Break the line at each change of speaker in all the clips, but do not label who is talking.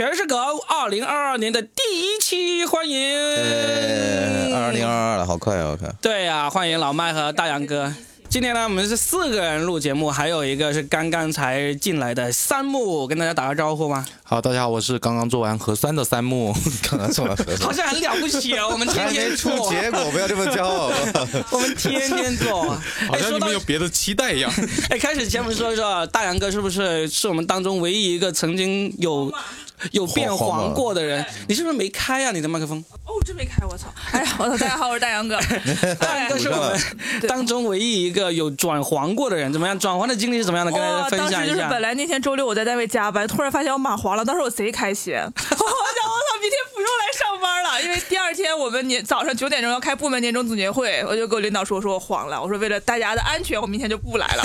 全是狗，二零二二年的第一期，欢迎！
二零二二了，好快啊！我看
对呀、欢迎老麦和大杨哥。今天呢，我们是四个人录节目，还有一个是刚刚才进来的三木，跟大家打个招呼吗？
好，大家好，我是刚刚做完核酸的三木。
刚刚送完盒
好像很了不起啊，我们天
还没
天
出
做，
结果，不要这么骄 傲。啊
我们天天 做。
好
哎，
像
说
你
到
们有别的期待一样。
哎，开始前我们说一说大杨哥是不是是我们当中唯一一个曾经有有变
黄黄
黄
了
过的人？你是不是没开啊？你的麦克风？
哦，真没开，我操！哎呀，我操！大家好，我是大杨哥。
大杨哥是我们当中唯一一个有转黄过的人，怎么样？转黄的经历是怎么样的？ 跟大家
哦，
分
当
享
时
一
就是
下。
本来那天周六我在单位加班，突然发现我马黄了，当时我贼开心。 我想，我操，明天不用来上班了，因为第二天我们年早上九点钟要开部门年终总结会，我就跟我领导说，我说我黄了，我说为了大家的安全，我明天就不来了。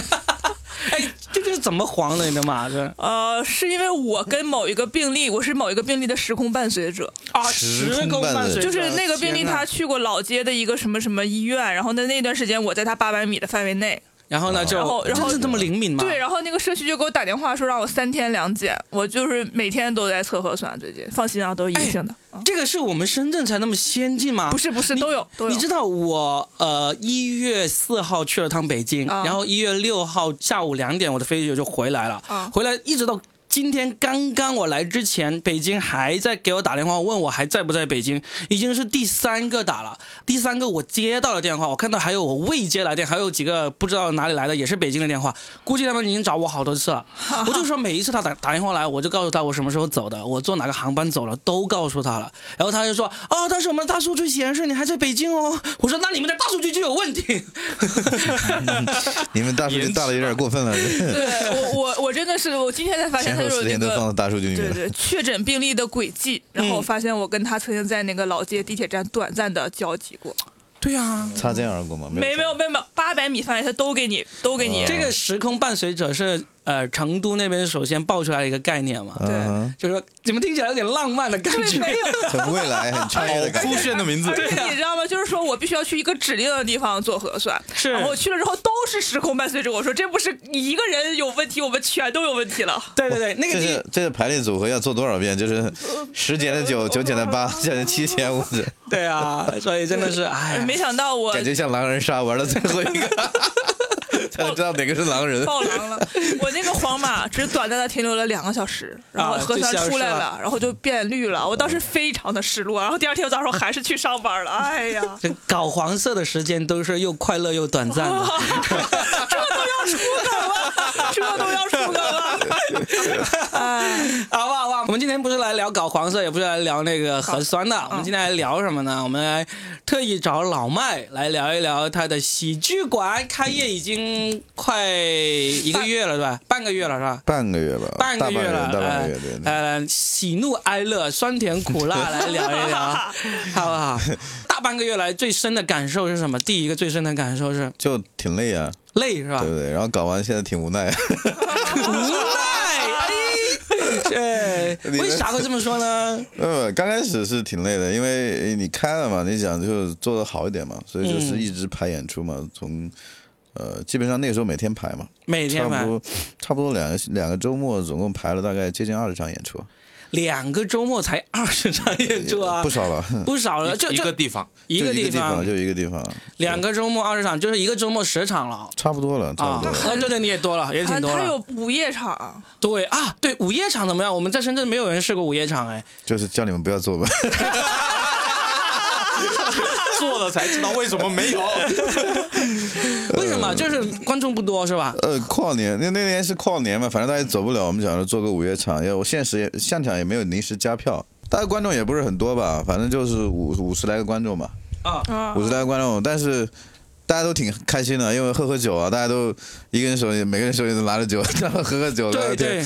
哎，这就是怎么黄的，你知道吗？这
呃，是因为我跟某一个病例，我是某一个病例的时空伴随者，
啊，
时
时空
空
伴
伴
随
随
者，
就是那个病例
天哪
他。去过老街的一个什么什么医院，然后呢那段时间我在他八百米的范围内，
然后呢，就
然后然后
真是这么灵敏吗？
对，然后那个社区就给我打电话说让我三天两检，我就是每天都在测核酸，最近放心啊，都是阴性的。啊
这个是我们深圳才那么先进吗？
不是不是，都有都有。
你知道我呃一月四号去了趟北京，
啊
然后一月六号下午两点我的飞机就回来了，
啊
回来一直到。今天刚刚我来之前，北京还在给我打电话问我还在不在北京，已经是第三个打了，第三个我接到了电话，我看到还有我未接来电，还有几个不知道哪里来的也是北京的电话，估计他们已经找我好多次了。我就说每一次他打打电话来，我就告诉他我什么时候走的，我坐哪个航班走了，都告诉他了。然后他就说：“哦，但是我们的大数据显示你还在北京哦。”我说：“那你们的大数据就有问题。
你们大数据大的有点过 分了，
对我我我真的是，我今天才发现
前
他
手
有
十
那
天都放
个
到大数据里
对
面了。
对确诊病例的轨迹，然后我发现我跟他曾经在那个老街地铁站短暂的交集过，”
对啊，
擦肩而过吗？
没没有没有没有，八百米范围他都给你都给
哦
你。
这个时空伴随者是呃成都那边首先爆出来的一个概念嘛，
对
嗯
就是说你们听起来有点浪漫的感
对，没
觉。
有。
哼， 很未来，很
好
穿越的感
酷
觉。
炫的名字
而，且你知道吗？就是说我必须要去一个指定的地方做核酸，
是
然后我去了之后都是时空伴随着我说，这不是你一个人有问题，我们全都有问题了。
对对对，那个
这
地
是这是排列组合要做多少遍？就是十减的九，九减的八，减的七减 五，
对啊，所以真的是哎呀，
没想到我
感觉像狼人杀玩到最后一 个， 才能知道哪个是狼人。
爆狼 了，我那个黄码只短暂的停留了两个小时，然后
啊
核
就
酸
消
出
失
来
了。
了，然后就变绿了，我当时非常的失落，然后第二天早上我还是去上班了，哎呀
这搞黄色的时间都是又快乐又短暂的。
这都要出梗了，这都要出梗 了！哎，
好吧，好吧，我们今天不是来聊搞黄色，也不是来聊那个核酸的，我们今天来聊什么呢？我们来特意找老麦来聊一聊他的喜剧馆开业已经快一个月了，是吧？半个月了，是吧？
半个月吧，
半个月了，
哦大半个月，大半个月，
呃，呃喜怒哀乐、酸甜苦辣来聊一 聊，好不好？大半个月来最深的感受是什么？第一个最深的感受是
就挺累啊，
累，是吧？
对不对？然后搞完现在挺无奈。
无 奈，哎，对，
你
为
们
啥会这么说呢？
呃，刚开始是挺累的，因为呃你开了嘛，你想就是做的好一点嘛，所以就是一直排演出嘛，
嗯
从呃基本上那个时候每天排嘛，
每
差
天吧
不。多差不多两个两个周末，总共排了大概接近二十场演出，
两个周末才二十场演出啊，
哎不少了，
不少了，就
一
就
个地方，
一
就
个
一个地
方，
就一个地方，
两个周末二十场，就是一个周末十场了。
差不多了，差
啊
不多，了。
那对对，你也多了，也
他
挺多
他有
了。
午夜场，
对啊，对午夜场怎么样？我们在深圳没有人试过午夜场，哎，
就是叫你们不要做吧，
做了才知道为什么没有。
为什么？就是观众不多是吧？
呃，跨年那那年是跨年嘛，反正大家走不了，我们想着做个午夜场，要我现实也现场也没有临时加票，大概观众也不是很多吧，反正就是五五十来个观众吧，
啊，
啊
五十来个观众，但是大家都挺开心的，因为喝喝酒啊，大家都一个人手里每个人手里都拿着酒， 然后喝喝酒聊
对
聊
对，
天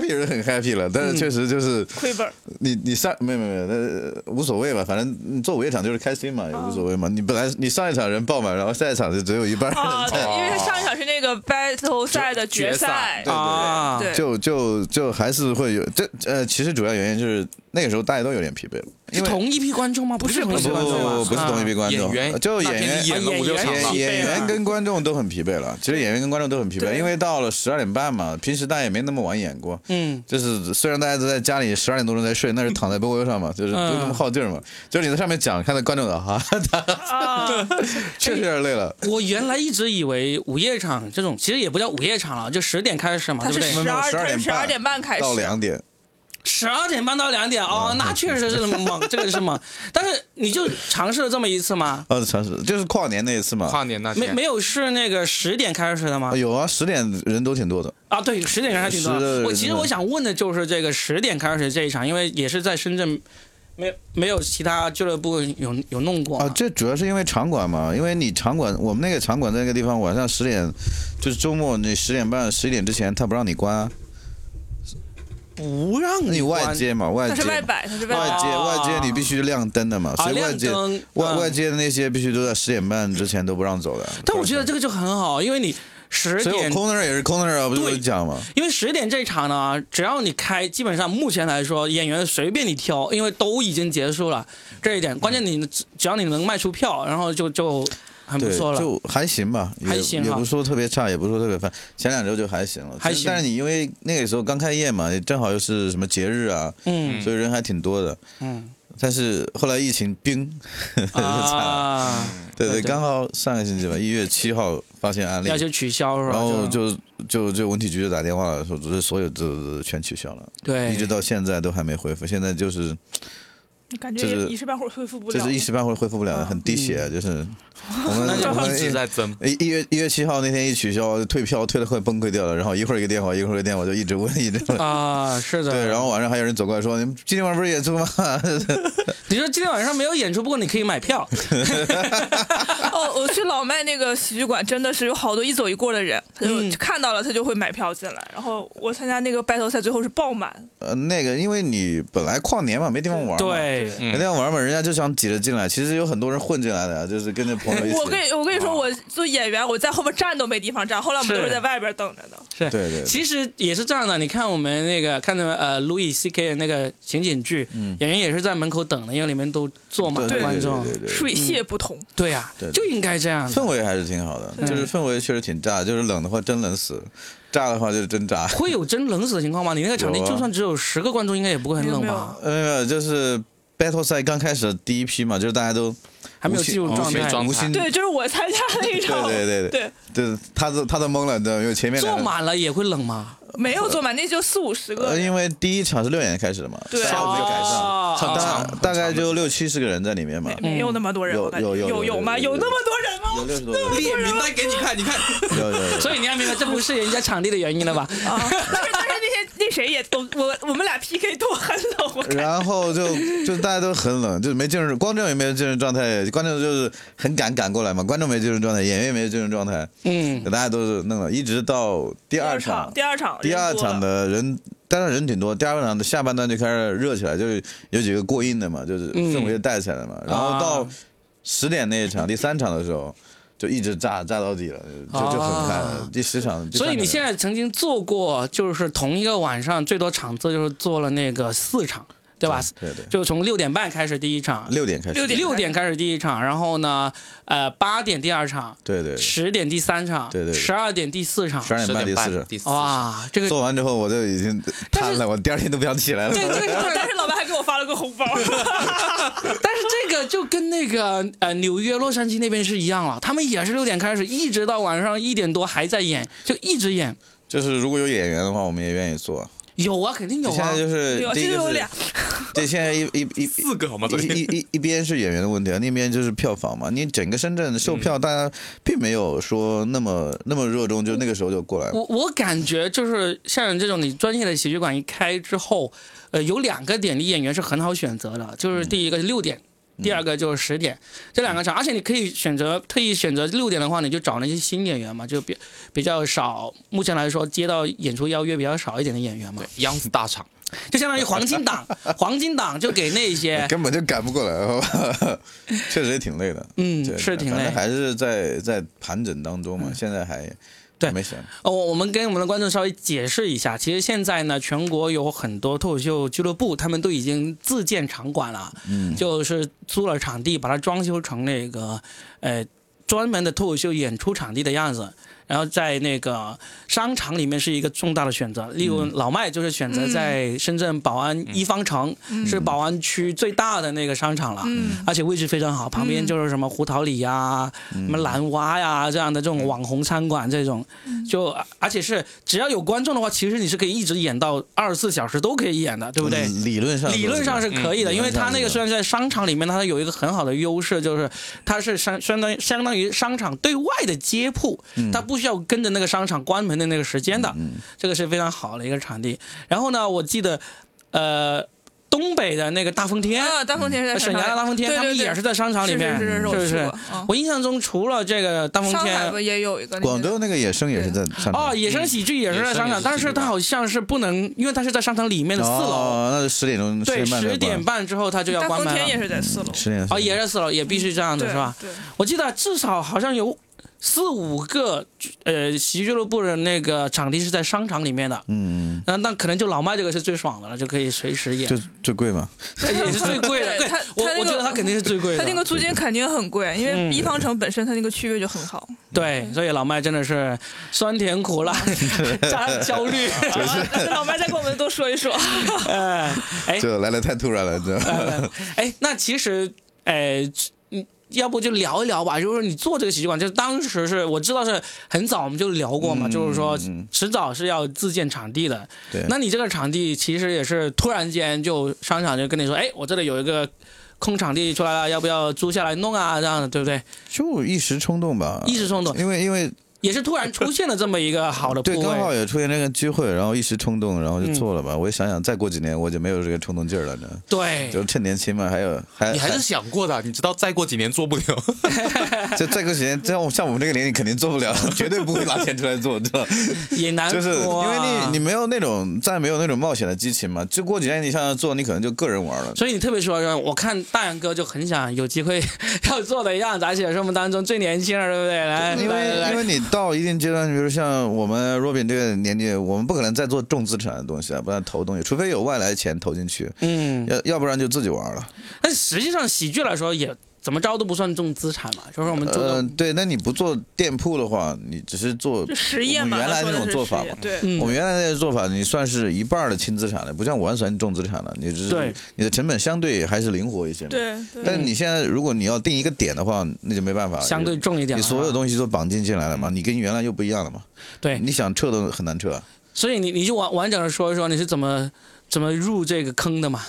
，happy 是很 happy 了，但是确实就是、
嗯亏本儿。
你你上没有没有没有，那无所谓吧，反正你做午夜场就是开心嘛，也无所谓嘛。你本来你上一场人爆满，然后下一场就只有一半人
啊，对
在，，
因为他上一场是那个 battle 赛的决赛，
对对对
啊，
对
就就就还是会有这呃，其实主要原因就是那个时候大家都有点疲惫了，
是
因为。
同一批观众吗？不是同
不
一批
不
观众吗？
不不是同一批观众，
演员
就
那
演
天
员
你演了
啊
五六
演员
场，了
演演员跟观众都很疲惫了。其实演员跟观众都很疲惫，
对
因为到了十二点半嘛，平时大家也没那么晚演过。
嗯，
就是虽然大家都在家里十二点多钟才睡，那是躺在被窝上嘛，就是不那么耗劲儿嘛。就是你在上面讲，看到观众的哈，
啊
确实有点累了。
我原来一直以为午夜场这种，其实也不叫午夜场了，就十点开始嘛，
他
对不
是
对？
哎十
12
二，他是十二点半开始
到两点，
十二点半到两点哦，那确实是猛，这个是猛。但是你就尝试了这么一次吗？
呃，尝试就是跨年那一次嘛。
跨年那
没
天，
没有是那个十点开始的吗
啊？有啊，十点人都挺多的。
啊，对，十点开始还挺多
10的
的。
人
我其实
呢
我想问的就是这个十点开始这一场，因为也是在深圳，没没有其他俱乐部有有弄过
啊
嘛，
这主要是因为场馆嘛，因为你场馆，我们那个场馆在那个地方，晚上十点，就是周末你十点半、十一点之前，他不让你关、啊，
不让
那你外
关
接嘛，外
他
接
是
嘛，
外摆，他是
外
摆。
接
哦
外接你必须亮灯的嘛，
啊
所以外
亮
接
灯
外
嗯
外接的那些必须都在十点半之前都不让走的。
但我觉得这个就很好，因为你十
所以我
点，
空那儿也是空那儿啊，不
对
是讲嘛，
因为十点这场呢，只要你开，基本上目前来说演员随便你挑，因为都已经结束了，这一点关键你只只要你能卖出票，然后就就很不
嗯对，
错了。
就还行吧，也
还行哈啊
也不说特别差，也不说特别翻，前两周就还行了。
还行
但是你因为那个时候刚开业嘛，也正好又是什么节日啊，
嗯
所以人还挺多的。
嗯
但是后来疫情冰， 就惨了。嗯
啊，
对
对
对，
对
刚好上个星期吧，一月七号发现案例
要，求取消是吧？
然后
就
就就就文体局就打电话了，说这所有都全取消了，
对，
一直到现在都还没恢复。现在就是
感觉
就是
一时半会儿恢复不了。
就是一时半会儿恢复不了，很滴血，啊 就是我
啊嗯那
们
就
我
一
们
直在增。
一一月一月七号那天一取消，退票退的快崩溃掉了，然后一会儿一个电话，一会儿一个电话，就一直问，一直 问。
啊，是的，
对，然后晚上还有人走过来说：“你们今天晚上不是演出吗？”
你说今天晚上没有演出，不过你可以买 票。
哦，我去老麦那个喜剧馆，真的是有好多一走一过的人，他就
嗯
看到了他就会买票进来。然后我参加那个 battle 赛，最后是爆满，
呃，那个，因为你本来跨年嘛，没地方玩嘛，
对，
嗯
没地方玩嘛，人家就想挤着进来。其实有很多人混进来的呀，哎就是啊跟着朋友一起。
我跟你我跟你说，我做演员，我在后面站都没地方站，后来我们
是
都是在外边等着的。
是，
对对对
其实也是这样的。你看我们那个看到呃，Louis C K 的那个情景剧，演员也是在门口等的，因为里面都坐满
嗯对
了
对
观
对
众
对。对嗯对，
水泄不通，
对呀
对，对
就应该这样
氛
的。
围还是挺好的，就是氛围确实挺炸，就是冷的话真冷死，炸的话就是真炸。
会有真冷死的情况吗？你那个场地
有啊
就算只有十个观众，应该也不会很冷
没有
吧？
呃，就是 battle 赛刚开始的第一批嘛，就是大家都
还没有进入状
没
态
有，状态
无心，
对，就是我参加那一场，
对对对
对，
对，他都他都懵了，对，因为前面两
坐
个
满了也会冷吗？
没有坐满，那就四五十个
呃，
人。
因为第一场是六点开始的嘛，
对
下午就改上，
啊
很
大
长
大概就六七十个人在里面嘛，
没有那么多人，
有
我感觉
有有
有
有有
吗？
有
有那么多人
有
吗？
六十多个人，
列名单给你看，你看，
有有有。
所以你要明白，这不是人家场地的原因了 吧？
啊！但是但是那些那谁也都我我们俩 PK 都很冷， 我感觉
然后就就大家都很冷，就是没进入观众也没有进入状态，观众就是很赶赶过来嘛，观众没进入状态，演员也没有进入状态，
嗯，
大家都是弄了，一直到第
第
二
二
场，
第二场，
第二场
的
的人当然人挺多，第二场的下半段就开始热起来，就是有几个过硬的嘛，就是氛围就带起来了嘛，然后到十点那一场，第三场的时候。就一直炸炸到底了，就就很嗨
啊。
第十场，第三
所以
场
你现在曾经做过，就是同一个晚上最多场次就是做了那个四场，对吧？
对对
就从六点半开始第一场，
六点开始，
六点
六点开始第一场，然后呢，呃，八点第二场，
对对，十
十点第三场，
对对对
十二点第四场，
二点半第四场，
第四
哇，这个
做完之后我就已经瘫了，我第二天都不想起来了。
对这个是
但是老白还给我发了个红包，
但是这个就跟那个呃纽约、洛杉矶那边是一样了，他们也是六点开始，一直到晚上一点多还在演，就一直演。
就是如果有演员的话，我们也愿意做。
有啊，肯定有
现
啊
在。就是
有
第一
这有
个
俩
是，对，现在一一一
四个好吗？昨
一一
天
一一边是演员的问题啊，另一边就是票房嘛。你整个深圳售票，大家并没有说那么那么热衷，就那个时候就过来了。
我我感觉就是像这种你专业的喜剧馆一开之后，呃，有两个点你演员是很好选择的，就是第一个六点。第二个就是十点，这两个场，而且你可以选择特意选择六点的话，你就找那些新演员嘛，就比比较少，目前来说接到演出邀约比较少一点的演员嘛，
央视大厂，
就相当于黄金档，黄金档就给那 些，
根本就赶不过来， 好吧确实也挺累的。
嗯
对
是挺累嗯
反正还是在在盘整当中嘛。现在还
对
还没想
呃，我我们跟我们的观众稍微解释一下，其实现在呢，全国有很多脱口秀俱乐部，他们都已经自
嗯
建场馆了，嗯，就是租了场地，把它装修成那个，呃。专门的脱口秀演出场地的样子。然后在那个商场里面是一个重大的选择，例如老麦就是选择在深圳宝安一方城，是宝安区最大的那个商场了，而且位置非常好，旁边就是什么胡桃里呀、什么蓝蛙呀、这样的这种网红餐馆这种，就而且是只要有观众的话，其实你是可以一直演到二十四小时都可以演的，对不对？
理论上
理论上是可以的，
嗯
因为它那个
理论上是
虽然在商场里面，它有一个很好的优势，就是它是相相当于相当于商场对外的街铺，它不需要跟着那个商场关门的那个时间的，这个是非常好的一个场地。然后呢，我记得，呃，东北的那个大风天。
啊，大风天是在
哎呃沈阳的
的
大风天，
对
他
对
们也
对
是在商场里面，
是是是
不
是
是
我去过嗯？
我印象中，除了这个大风
上海
天
不，也有一个那个？
广州那个野生也是在上
哦，
面
野生喜剧也是在商场，
野生也是
但是它好像是不能，因为它是在商场里面的四楼，
哦，那是十点钟
对，
10
十点半之后它就要
大
关
风
门了
天。也是在四楼，
十点
哦，也是四楼，也必须这样子
对
是吧？？
对，
我记得至少好像有四五个呃喜剧俱乐部的那个场地是在商场里面的，
嗯，
那那可能就老麦这个是最爽的了，就可以随时演哎
就，最贵嘛，
也是最贵的。
对
对
他，
我
他那
我觉得
个
他肯定是最贵
它
的
那。个租金肯定很贵，因为
嗯
一方城本身它那个区位就很好。嗯
对，所以老麦真的是酸甜苦 辣加焦虑，
老白再给我们多说 一说，
哎哎
这来的太突然了，这
哎，那其实哎。嗯，要不就聊一聊吧，就是你做这个喜剧馆，就是当时是我知道是很早我们就聊过嘛，就是说
嗯
迟早是要自建场地的，
对，
那你这个场地其实也是突然间就商场就跟你说，哎，我这里有一个空场地出来了，要不要租下来弄啊？这样的，对不对？
就一时冲动吧，
一时冲动，
因为因为
也是突然出现了这么一个好的
对，
铺
刚好
位。嗯
也出现这个机会，然后一时冲动，然后就做了吧。我也想想，再过几年我就没有这个冲动劲儿了呢。
对，
就趁年轻嘛，还有还
你还是想过的，你知道再过几年做不了。
还就再过几年，像我像我们这个年龄肯定做不了， 绝对不会拿钱出来做，知 道？
也难
就是
说
因
啊、
为你你没有那种再没有那种冒险的激情嘛。就过几年你想想做，你可能就个人玩了。
所以你特别说，我看大杨哥就很想有机会 要做的样子，而且是我们当中最年轻的，对不对？来，
因
哎来来
为因
来
为你到一定阶段，比如像我们若饼这个年纪，我们不可能再做重资产的东西啊，不然投东西，除非有外来钱投进去，
嗯，
要要不然就自己玩了。
但实际上喜剧来说也。怎么着都不算重资产嘛，就是我们做的
呃，对，那你不做店铺的话，你只是做
就实业嘛，
我们原来
说的
那种
是
做法
实业
嘛
对，
嗯
我们原来那个做法，你算是一半儿的轻资产了，不像完全重资产了，你只
对
是你的成本相对还是灵活一些嘛。。
对对，
但你现在如果你要定一个点的话，那就没办法，
相对重一点
你
了啊。
所有东西都绑定进来了嘛，你跟原来又不一样了嘛，
对，
你想撤都很难 撤啊。
所以你你就完完整的说一说你是怎么怎么入这个坑的嘛？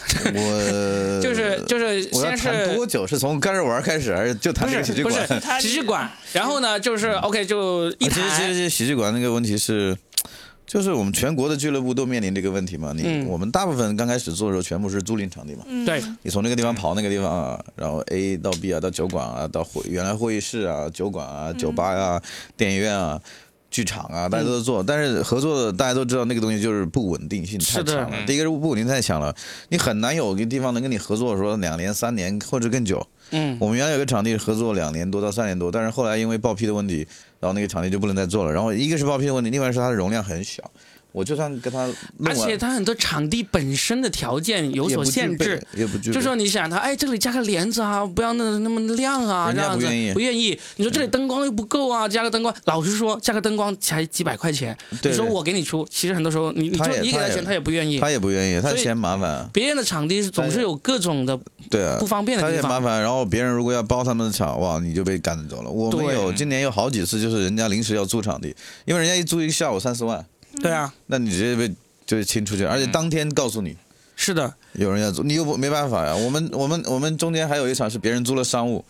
我
就是就是
呃我要
先
谈
是
多久？是从干着玩儿开始，还是就
不
谈这
是
个喜剧
不
馆？
是
他
喜剧馆，然后呢就是 OK 就一
啊其实其实
台
其实喜剧馆那个问题是，就是我们全国的俱乐部都面临这个问题嘛。你、
嗯
我们大部分刚开始做的时候，全部是租赁场地嘛。
嗯
对
你从那个地方跑那个地方啊，然后 A 到 B 啊，到酒馆啊，到会原来会议室啊、酒馆啊、酒吧呀、
嗯
电影院啊、剧场啊，大家都做。但是合作的大家都知道那个东西就是不稳定性太
是的嗯
强了。第一个是不稳定太强了，你很难有一个地方能跟你合作说两年、三年或者更久。
嗯
我们原来有个场地合作两年多到三年多，但是后来因为报批的问题，然后那个场地就不能再做了。然后一个是报批的问题，另外是它的容量很小。我就算跟他弄
而
完，
且它很多场地本身的条件有所限制。，
也不具备。
就说你想它，哎，这里加个帘子啊，不要那那么亮啊，
人
这
家
样
不
子
愿意
不愿意。你说这里灯光又不够啊，加个灯光。老实说，加个灯光才几百块钱，
对
你说我给你出，其实很多时候你你
他
就
也
你给
他
他
也
钱，他也不愿意。
他也不愿意，他
所以
嫌麻烦，
别人的场地总是有各种的
对啊
不，方便
他
的地
也麻
方。
烦。然后别人如果要包他们的场，哇，你就被赶走了。我们
对
有今年有好几次，就是人家临时要租场地，因为人家一租一个下午三四万，
对啊，
那你直接被就是清出去，而且当天告诉你。
是的，
有人要租，你又不没办法呀。我们我们我们中间还有一场是别人租了商务，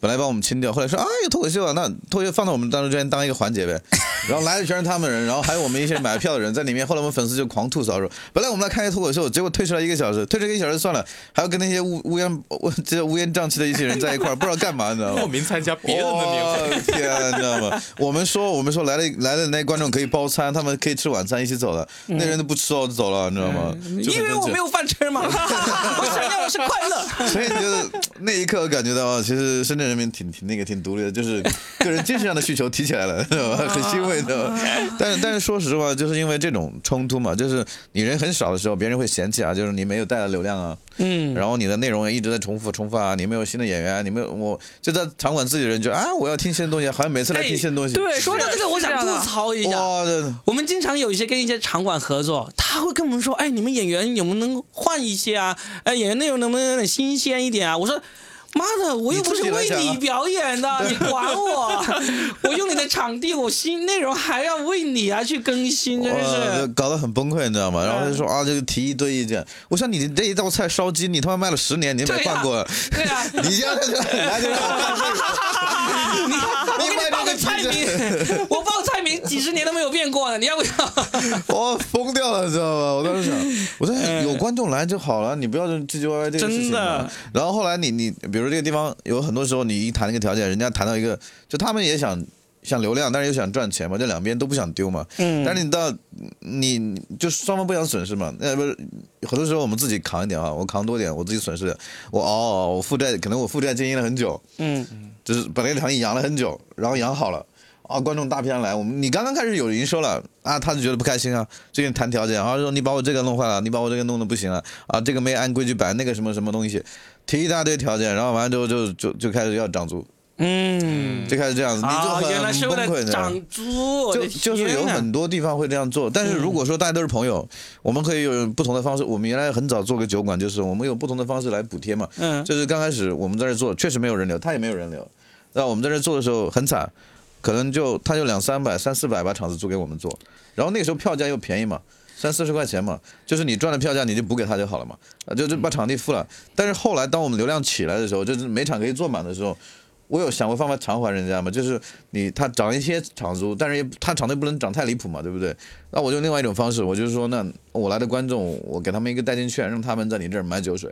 本来帮我们清掉，后来说啊有脱口秀啊，那脱口秀放到我们当中间当一个环节呗。 然后来的全是他们人，然后还有我们一些买票的人在里面。后来我们粉丝就狂吐槽说，本来我们来看一个脱口秀，结果退出来一个小时，退出一个小时算了，还要跟那些乌乌烟乌这乌烟瘴气的一些人在一块儿，不知道干嘛，你知道吗
报？ 名参加别人的年会，
我天啊，你知道吗？我们说我们说来了来了那观众可以包餐，他们可以吃晚餐一起走了，那人都不吃哦就走了，你知道吗？就
嗯因
很
为
生
我
气
没有 饭吃嘛，我想要的是快乐。
所以你就是那一刻感觉到，啊，其实深圳人民挺挺那个挺独立 的，就是个人精神上的需求提起来了，知
啊
道吧？很欣慰，知道吧？但是但是说实话，就是因为这种冲突嘛，就是你人很少的时候，别人会嫌弃啊，就是你没有带来流量啊，
嗯，
然后你的内容也一直在重复重复啊，你没有新的演员啊，你没有我就在场馆自己的人就啊，我要听新的东西，好像每次来听新的东西，
哎对
说到这个，我想吐槽一下，
哇，这
我们经常有一些跟一些场馆合作，他会跟我们说：“哎，你们演员有没有能换一些啊？哎，演员内容能不能有点新鲜一点啊？”我说。妈的！我又不是为你表演的，你管 我！我用你的场地，我新内容还要为你啊去更新，真
哇
是。
搞得很崩溃，你知道吗？然后
嗯
他就说啊，这个提一堆意见。我想你这一道菜烧鸡，你他妈卖了十年，你也没
对呀
换过，
对啊，
你家这来就
你我给你报个菜名，我报菜名几十年都没有变过了，你要不要？
我疯掉了，知道吗？我当时想，我在有观众来就好了，你不要唧唧歪歪这个事情
哎真的
嘛。然后后来你你，比如说这个地方有很多时候你一谈一个条件，人家谈到一个，就他们也想想流量，但是又想赚钱嘛，这两边都不想丢嘛。
嗯
但是你到你你就双方不想损失嘛，那不是很多时候我们自己扛一点啊，我扛多点，我自己损失，我熬熬熬，我负债可能我负债经营了很久，
嗯，
就是本来这场养了很久，然后养好了。啊，观众大片来，我们你刚刚开始有营收了啊，他就觉得不开心啊，就跟你谈条件，啊说你把我这个弄坏了，你把我这个弄得不行了啊，这个没按规矩摆，那个什么什么东西，提一大堆条件，然后完了之后就就就开始要涨租，
嗯，
就开始这样子，你就
啊，
很
原来是为
崩溃
了
的。
长猪，我
就
的
就是有
天哪啊嗯
很多地方会这样做，但是如果说大家都是朋友，我们可以有不同的方式。我们原来很早做个酒馆，就是我们有不同的方式来补贴嘛。
嗯
就是刚开始我们在这做，确实没有人流，他也没有人流。那我们在这做的时候很惨，可能就他就两三百、三四百把场子租给我们做，然后那个时候票价又便宜嘛。三四十块钱嘛，就是你赚的票价，你就补给他就好了嘛，啊，就就把场地付了。但是后来，当我们流量起来的时候，就是每场可以坐满的时候，我有想过方法偿还人家嘛，就是你他涨一些场租，但是也他场内不能涨太离谱嘛，对不对？那我就另外一种方式，我就是说，那我来的观众，我给他们一个代金券，让他们在你这儿买酒水，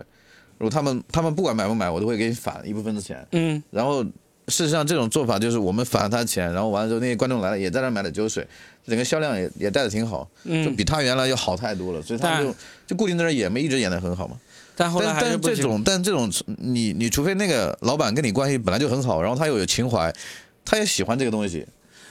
如果他们他们不管买不买，我都会给你返一部分的钱。
嗯，
然后事实上这种做法就是我们返了他钱，然后完了之后那些观众来了也在那儿买了酒水，整个销量也也带的挺好，
嗯
就比他原来要好太多了，所以他们就就固定在那儿演嘛，一直演的很好嘛。
但后来
但
还
但
是
是
不
这
行。
种但这种你你除非那个老板跟你关系本来就很好，然后他又有情怀，他也喜欢这个东西，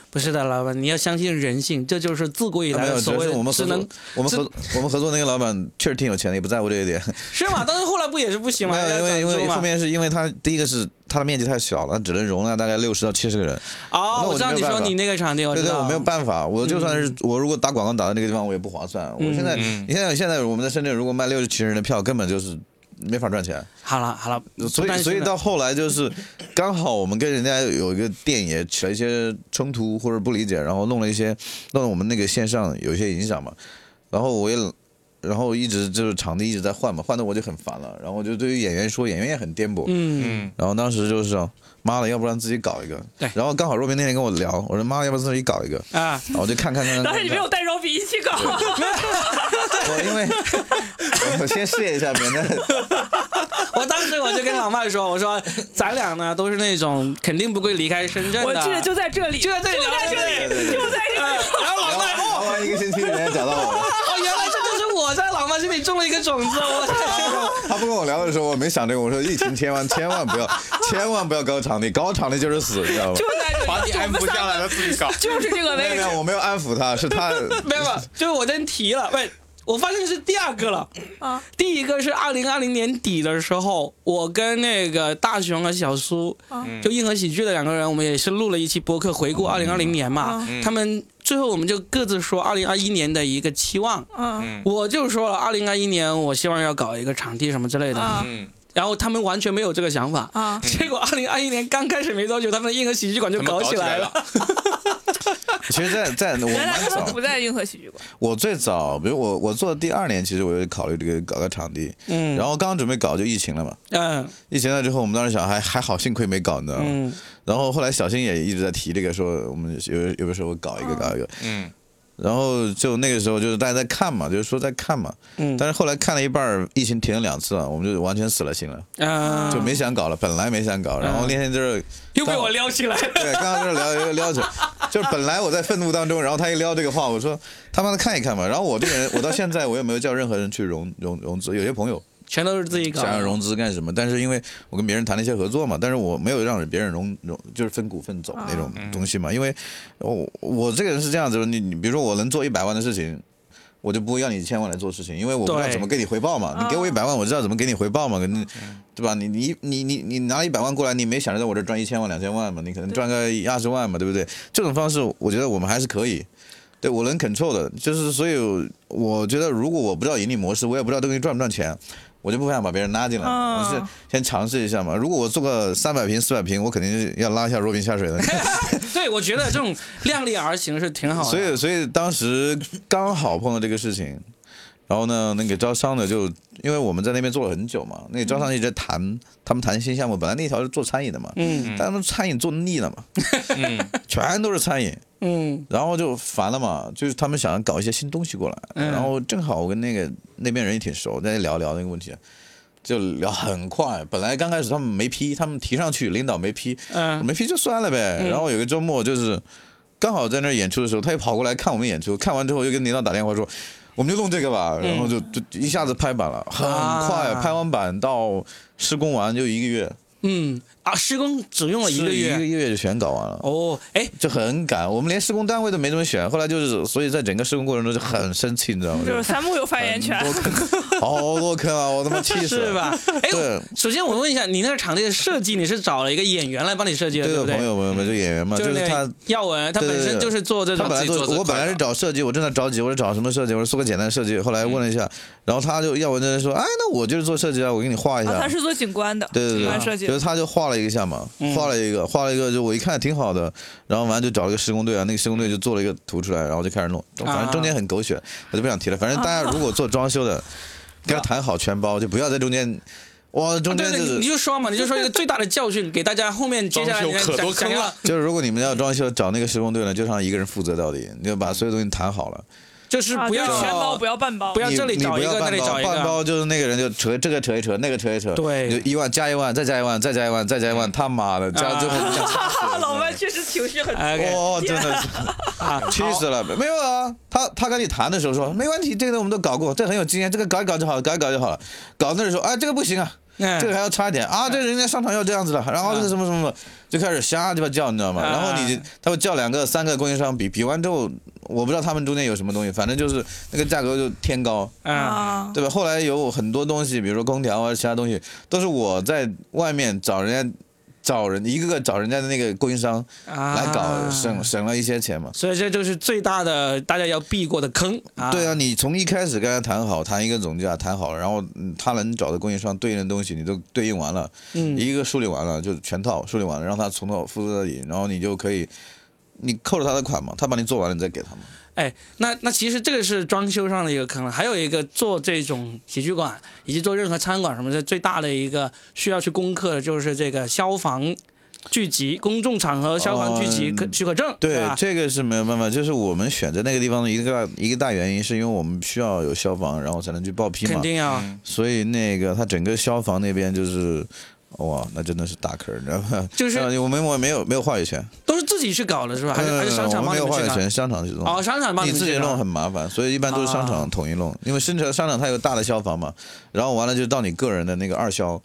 不是的，老板，你要相信人性，这就是自古以
他
来
啊没有
的
只
所谓
是我们合
只
作
能
我们合我们合作那个老板确实挺有钱的，也不在乎这一点。
是 嘛？但是后来不也是不行吗？
没有，因为因
要
为
讲究
后
嘛
面是因为他第一个是他的面积太小了，他只能容纳大概六十到七十个人。
哦，
那
我
我
知道
就
你
没
说
办法
你哦那个嗯场地，我
对
知
对，
道
我没有办法，我就算是我如果打广告打到那个地方，我也不划算。我现在
嗯
你现在现在我们在深圳，如果卖六十七人的票，根本就是没法赚钱。
好了好了，
所
不担心
以所以
了
到后 来就是，刚好我们跟人家有一个店也起了一些冲突或者不理解，然后弄了一些，弄得我们那个线上有一些影响嘛。然后我也，然后一直就是场地一直在换嘛，换的我就很烦了。然后我就对于演员说，演员也很颠簸。
嗯，
然后当时就是说，妈的，要不然自己搞一个。
对
然后刚好若冰那天跟我聊，我说妈的，要不然自己搞一个。
啊，
然后我就看看看看看
当时你没
看
有带柔比一起搞，
我 因为 我先试验一下，免得
我当时我就跟老麦说，我说咱俩呢都是那种肯定不会离开深圳的，
我记得就在这里，
就在这里
就在
对
这里，就在这里。
然后老麦
聊
哦，
完一个星期，人家找到我了。
哦，原来这就是我在老麦心里种了一个种子， 我。
他不跟我聊的时候，我没想这个。我说疫情千万千万不 要，千万不要搞场地，搞场地就是死，你知道 吗？
就在这里，
把你安
我
抚
们三
下
个
来了，自己搞。
就是这个
没有
位
没
置。
有，我没有安抚他，是 他
没有，没有就是我真提了，喂，我发现是第二个了。
啊，
第一个是二零二零年底的时候，我跟那个大熊和小苏，
啊
嗯
就硬核喜剧的两个人，我们也是录了一期播客回顾二零二零年嘛。
嗯
他们最后我们就各自说二零二一年的一个期望。
嗯
我就说了，二零二一年我希望要搞一个场地什么之类的，
啊
嗯，
然后他们完全没有这个想法。
啊，
结果二零二一年刚开始没多久，他们的硬核喜剧馆就
他们搞
起
起来
了。
了，
其实在，在我
原来
蛮
他们
早，
不在运河喜剧馆，
我最早，比如我 我做的第二年，其实我就考虑这个搞个场地，嗯，然后刚准备搞就疫情了嘛，
嗯
疫情了之后，我们当时想还还好，幸亏没搞，你知道吗？
嗯，
然后后来小新也一直在提这个，说我们有有的时候搞一个搞一个，
嗯，
然后就那个时候就是大家在看嘛，就是说在看嘛，嗯，但是后来看了一半儿，疫情停了两次了，啊我们就完全死了心了，
嗯，
就没想搞了，本来没想搞，然后那天就是
又被我撩起来了。
对，刚刚就是聊聊起来，就是本来我在愤怒当中，然后他一撩这个话，我说他妈的看一看吧，然后我这个人，我到现在我也没有叫任何人去融融融资，有些朋友
全都是自己搞的。
想要融资干什么？但是因为我跟别人谈了一些合作嘛，但是我没有让别人融融，就是分股份走那种东西嘛。因为我我这个人是这样子，你你比如说我能做一百万的事情，我就不会要你一千万来做事情，因为我不知道
对
怎么给你回报嘛。你给我一百万，我知道怎么给你回报嘛，可能对吧？你你你你你拿一百万过来，你没想着在我这赚一千万两千万嘛？你可能赚个一二十万嘛，对不对？这种方式，我觉得我们还是可以。对我能 control 的，就是所以我觉得，如果我不知道盈利模式，我也不知道这个东西赚不赚钱，我就不想把别人拉进来，
嗯
我是先尝试一下嘛。如果我做个三百平、四百平，我肯定是要拉一下若冰下水的。
对，我觉得这种量力而行是挺好的。
所以，所以当时刚好碰到这个事情，然后呢，那个招商的就因为我们在那边做了很久嘛，那个招商一直在谈，他们谈新项目，本来那条是做餐饮的嘛，
嗯
但他们餐饮做腻了嘛， 全都是餐饮，
嗯
然后就烦了嘛，就是他们想搞一些新东西过来，
嗯
然后正好我跟那个那边人也挺熟，在聊聊那个问题，就聊很快。本来刚开始他们没批，他们提上去，领导没批，
嗯
没批就算了呗。然后有个周末就是刚好在那儿演出的时候，他也跑过来看我们演出，看完之后又跟领导打电话说，我们就弄这个吧，然后就就一下子拍板了，很快，
嗯啊
拍完板到施工完就一个月，
嗯啊，施工只用了一个
是一个
月。
月就全搞完了。
哦，哎，
就很赶，我们连施工单位都没怎么选，后来就是，所以在整个施工过程中就很生气，你知道吗？
就是三木有发言权，
嗯好多坑啊，我他妈气死了！
是？吧？哎，
对
首先我问一下，你那个场地的设计，你是找了一个演员来帮你设计的，
对
对
的，
不对
朋？友们，就演员嘛，
就
就是是
那
他
个，耀文，他
对对
本身
对
就是做这
他
种
本来
自己
做
做，最
我本来
快
是
的
找设计，我正在着急，我说找什么设计？我说做个简单设计。后来问了一下，然后他就要文真的说，哎，那我就是做设计啊，我给你画一下。
啊，他是做景观的，
对对
景观
对
设
对，
计
就是他就画了一个项目，
嗯
画了一个，画了一个，就我一看挺好的，然后完了就找了个施工队啊，那个施工队就做了一个图出来，然后就开始弄，反
啊
正中间很狗血，我就不想提了。反正大家如果做装修 的，跟他谈好全包，就不要在中间，哇，中
啊对
间就
对，你你
是。
就说嘛，你就说一个最大的教训，给大家后面接下来
装修可
想
多
想
坑
要
了，
就是如果你们要装修，找那个施工队呢，就让一个人负责到底，你就把所有东西谈好了。
就是
啊，
不
就是全包
要
不要半包，
不要
你
这里
你
找
不
一
要
个，那
半
里
包，
找一
半
个，
包就是那个人就扯这个扯一扯，那个扯一扯，
对
你就一万加一万，再加一万，再加一万，再加一万，他妈的，加 最后
啊
你想气死了
老外确实情绪很，
哎，OK
哦，真的是。
啊，
气
好
死了！没有啊，他他跟你谈的时候说没问题，这个我们都搞过，这很有经验，这个搞一搞就好了，搞一搞就好了。搞那时候啊，这个不行啊，
嗯
这个还要差一点啊，这人家商场要这样子的，然后这个什么什么的，就开始瞎鸡巴叫，你知道吗？
啊
然后你他会叫两个三个供应商比，比完之后我不知道他们中间有什么东西，反正就是那个价格就天高，
啊，
啊，
对吧？后来有很多东西，比如说空调啊，其他东西都是我在外面找人家。找人一个个找人家的那个供应商来
来
搞，省省了一些钱嘛。
所以这就是最大的大家要避过的坑啊。
对啊，，你从一开始跟他谈好，谈一个总价，谈好了，然后嗯他能找的供应商对应的东西，你都对应完了，
嗯
一个梳理完了，就全套梳理完了，让他从头负责到底，然后你就可以，你扣了他的款嘛，他把你做完了，你再给他嘛。
哎，那那其实这个是装修上的一个坑了，还有一个做这种喜剧馆以及做任何餐馆什么的，最大的一个需要去攻克的就是这个消防聚集、公众场合消防聚集
哦
可许可证，
对，
吧？
这个是没有办法，就是我们选择那个地方的一个一个大原因，是因为我们需要有消防，然后才能去报批
肯
嘛。
定要，
所以那个他整个消防那边就是，哇，那真的是大坑儿，你知道吗？
就是
呃我们我没有没有话语权，
都是自己去搞的是吧？还是还是商
呃
场
我们
帮
没
你
有
们
话
去
语
搞？
权，商场去弄。
哦，商场帮
你
们
自己
去
弄
搞。
很麻烦，所以一般都是商
啊
场统一弄，因为深城商场它有大的消防嘛，然后完了就到你个人的那个二消，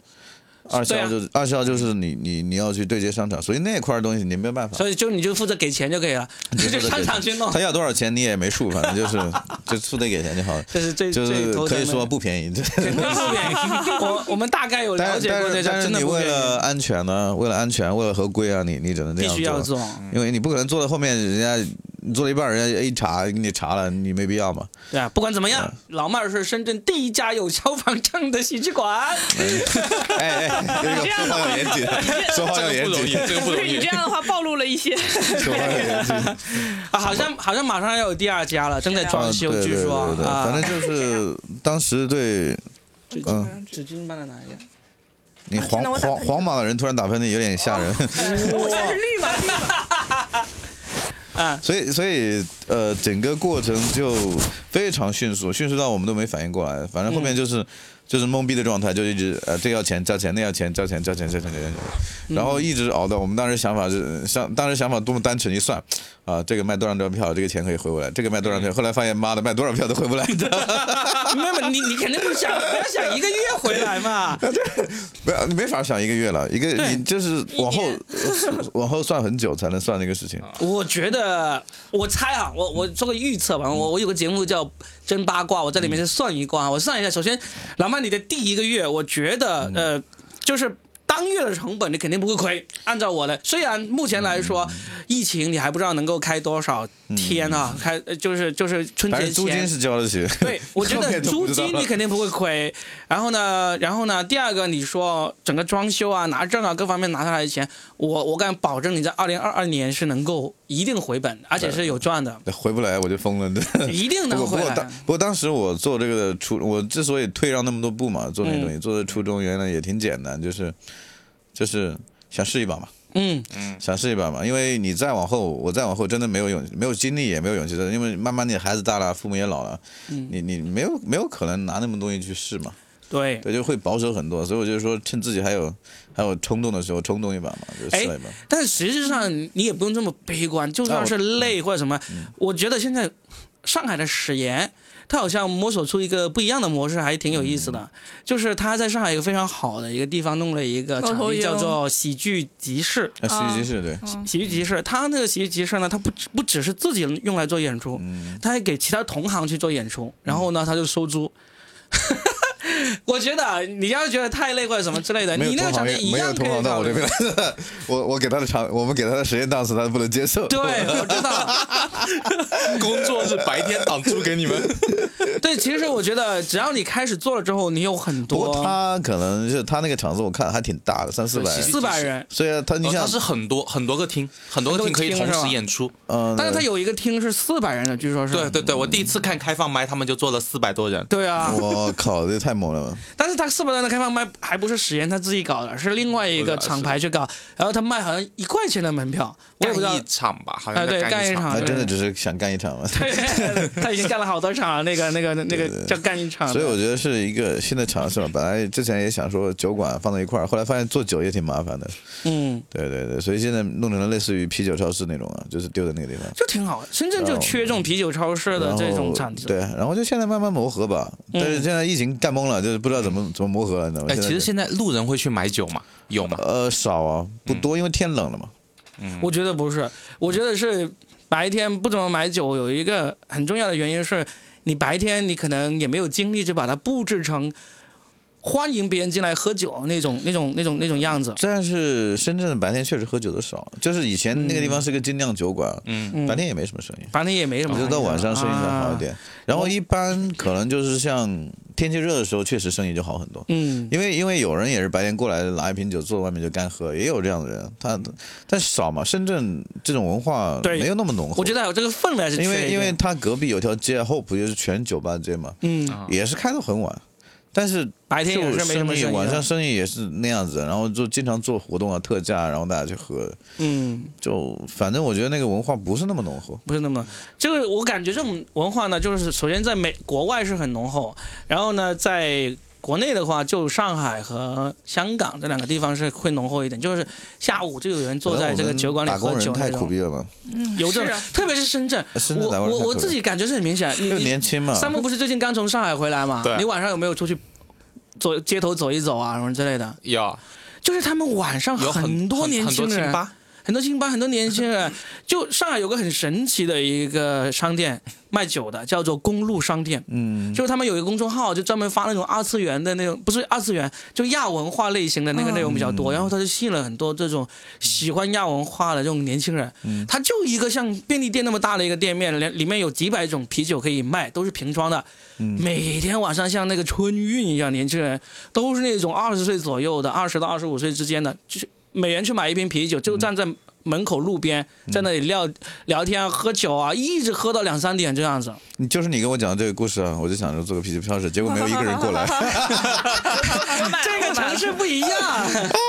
二
对啊
消就是、二消就是你你你要去对接商场，所以那块儿东西你没有办法，
所以就你就负责给钱就可以了，你就商场去弄，
他要多少钱你也没数，反正就是就出得给钱就 好了，
这是最
就
最
是
头疼
可以
的
说不便宜。
不便宜。 我我们大概有了
但是
解过
但
这
是
家，
但是
真的
你
不
为
便
了
宜，
安全呢，为了安全，为了合规啊，你你只能这
必
样
须要做。
因为你不可能坐到后面，人家你做了一半，人家一查给你查了，你没必要嘛。
对啊，不管怎么
嗯
样，老妹儿是深圳第一家有消防证的喜剧馆。
哎哎，这个说话要严谨，说话
这
要
个
严
不容易，
谨，
这个不
不
容
是你
易
这。样的话暴露了一些，
说话要严谨。
啊，好像好像马上要有第二家了，正在装修，
啊对
据
对
说
对对对
啊，
反正就是当时对嗯
纸巾搬到哪里？
你黄
真的我打
黄黄马的人突然打喷嚏有点吓人，
我这是绿码，
所以所以呃整个过程就非常迅速，迅速到我们都没反应过来。反正后面就是就是懵逼的状态，就一直呃这要钱交钱，那要钱交钱交钱交钱交钱，然后一直熬到我们当时想法是想当时想法多么单纯，一算啊、这个卖多少张票，这个钱可以回回来，这个卖多少票，后来发现妈的卖多少票都回不来，你知道吗？
妹妹，你你肯定不想不要想一个月回来嘛？
没有，你没法想一个月了，一个
对
你就是往后呃往后算很久才能算那个事情。
我觉得，我猜啊，我我做个预测吧。
嗯
我我有个节目叫《真八卦》，我在里面是算一卦啊。我算一下，首先，老曼你的第一个月，我觉得
嗯
呃，就是。当月的成本你肯定不会亏，按照我的，虽然目前来说，
嗯
疫情你还不知道能够开多少天啊，开呃就是就是春
嗯反
节
正租金
前，
是交得起。
对，我觉
后
得
面就
租
不知道
金
了
你肯定不会亏。然后呢，然后呢，第二个你说整个装修啊、拿证啊各方面拿下来的钱，我我敢保证你在二零二二年是能够一定回本，而且是有赚的，
回不来我就疯了，对
一定
不
能
过不
回
过
来啊
当。不过当时我做这个的初，我之所以退让那么多步嘛，做那
嗯
东西、做的初衷原来也挺简单，就是就是想试一把嘛，
嗯，
想试一把嘛，因为你再往后，我再往后真的没有勇，没有精力，也没有勇气的，因为慢慢你孩子大了，父母也老了，
嗯
你你没有没有可能拿那么东西去试嘛，
对。
对，就会保守很多，所以我就说趁自己还有还有冲动的时候冲动一把嘛，就
哎
试了一把。
但实际上你也不用这么悲观，就算是累或者什么，
嗯
我觉得现在上海的史岩。他好像摸索出一个不一样的模式，还挺有意思的。
嗯
就是他在上海一个非常好的一个地方弄了一个
猫
场
头
地，
鹰
叫做喜剧集市。
那实习
啊
是对，
喜剧集市，他那个喜剧集市呢，他不只不只是自己用来做演出，
嗯
他还给其他同行去做演出，然后呢，他就收租。 我觉得啊你要是觉得太累或者什么之类的，
没有
你那个
同
场
行
地
业
一
没有
样可
同
以
行到
考
我这
虑。
边来，我我给他的场，我们给他的实验档次，他不能接受。
对，啊我知道。
工作日白天挡住给你们，
对，其实我觉得只要你开始做了之后，你有很
不过
多
他可能是他那个场子，我看还挺大的，三四百人。
四百人，
所以他你
哦
想
它，是很多很多个厅，很多个厅可以
很多个厅
同
是吧
时演出。
嗯，
但是他有一个厅是四百人的，据说是。
对对对，我第一次看开放麦，他们就做了四百多人。
对啊，
我靠，这太猛了！
但是他四百人的开放麦还不是史岩他自己搞的，是另外一个厂牌去搞，然后他卖好像一块钱的门票，我也不知
干
道
一。场吧，好
哎
像
对
在
干一
一
场
他真的只是想啊干一场嘛。
对， 他已经干了好多场了，那个那个那个叫干一场的，
所以我觉得是一个新的尝试嘛。本来之前也想说酒馆放在一块儿，后来发现做酒也挺麻烦的。
嗯，
对对对，所以现在弄成了类似于啤酒超市那种啊，就是丢在那个地方。
就挺好的。深圳就缺这种啤酒超市的
然后
这种场地，
对，然后就现在慢慢磨合吧。但是现在疫情干懵了，就是不知道怎么怎么磨合了，你知道吗？
哎，其实
在
现在路人会去买酒吗？有吗？
呃少啊，不多，因为天冷了嘛。
我觉得不是，我觉得是白天不怎么买酒，有一个很重要的原因是你白天你可能也没有精力去把它布置成欢迎别人进来喝酒那种那种那种那
嗯
种样子。
但是深圳白天确实喝酒的少，就是以前那个地方是个精酿酒馆，嗯，白天也没什么生意，
白天也没什么
我
玩意儿，
觉
啊
得到晚上生意才好一点。然后一般可能就是像天气热的时候，确实生意就好很多。
嗯，
因为因为有人也是白天过来拿一瓶酒坐外面就干喝，也有这样的人，他但是少嘛。深圳这种文化
对
没有那么浓厚，
我觉得有这个氛围还是缺
因为
一
因为
点
他隔壁有条街，Hope 就是全酒吧街嘛，
嗯，
也是开到很晚，但是
白天也
就是
没什么
生意，
生意的啊
晚上生意也是那样子，然后就经常做活动啊、特价，然后大家去喝，
嗯。
就反正我觉得那个文化不是那么浓厚。
不是那么，就是我感觉这种文化呢，就是首先在美国外是很浓厚，然后呢，在国内的话，就上海和香港这两个地方是会浓厚一点，就是下午就有人坐在这个酒馆里
可能我
喝
们
酒
打工
那
人太苦
种，
逼了嘛，
有这
是
种
啊，
特别是深圳，
深圳
我
打工人
我
太苦
我自己感觉是很明显，你
又
你
年轻嘛，
三木不是最近刚从上海回来嘛
对？
你晚上有没有出去走街头走一走啊，什么之类的？
有，
就是他们晚上
有很
多年
很
轻
多
人，
清吧。
很多清吧，很多年轻人，就上海有个很神奇的一个商店卖酒的，叫做公路商店。
嗯，
就是他们有一个公众号，就专门发那种二次元的那种，不是二次元，就亚文化类型的那个内容比较多。然后他就吸引了很多这种喜欢亚文化的这种年轻人。他就一个像便利店那么大的一个店面，里里面有几百种啤酒可以卖，都是瓶装的。每天晚上像那个春运一样，年轻人都是那种二十岁左右的，二十到二十五岁之间的，就是每人去买一瓶啤酒，就站在门口路边，在那里聊聊天啊、喝酒啊，一直喝到两三点这样子。
你就是你跟我讲的这个故事啊，我就想着做个啤酒超市， 结果没有一个人过来。
我买了
这个城市不一样。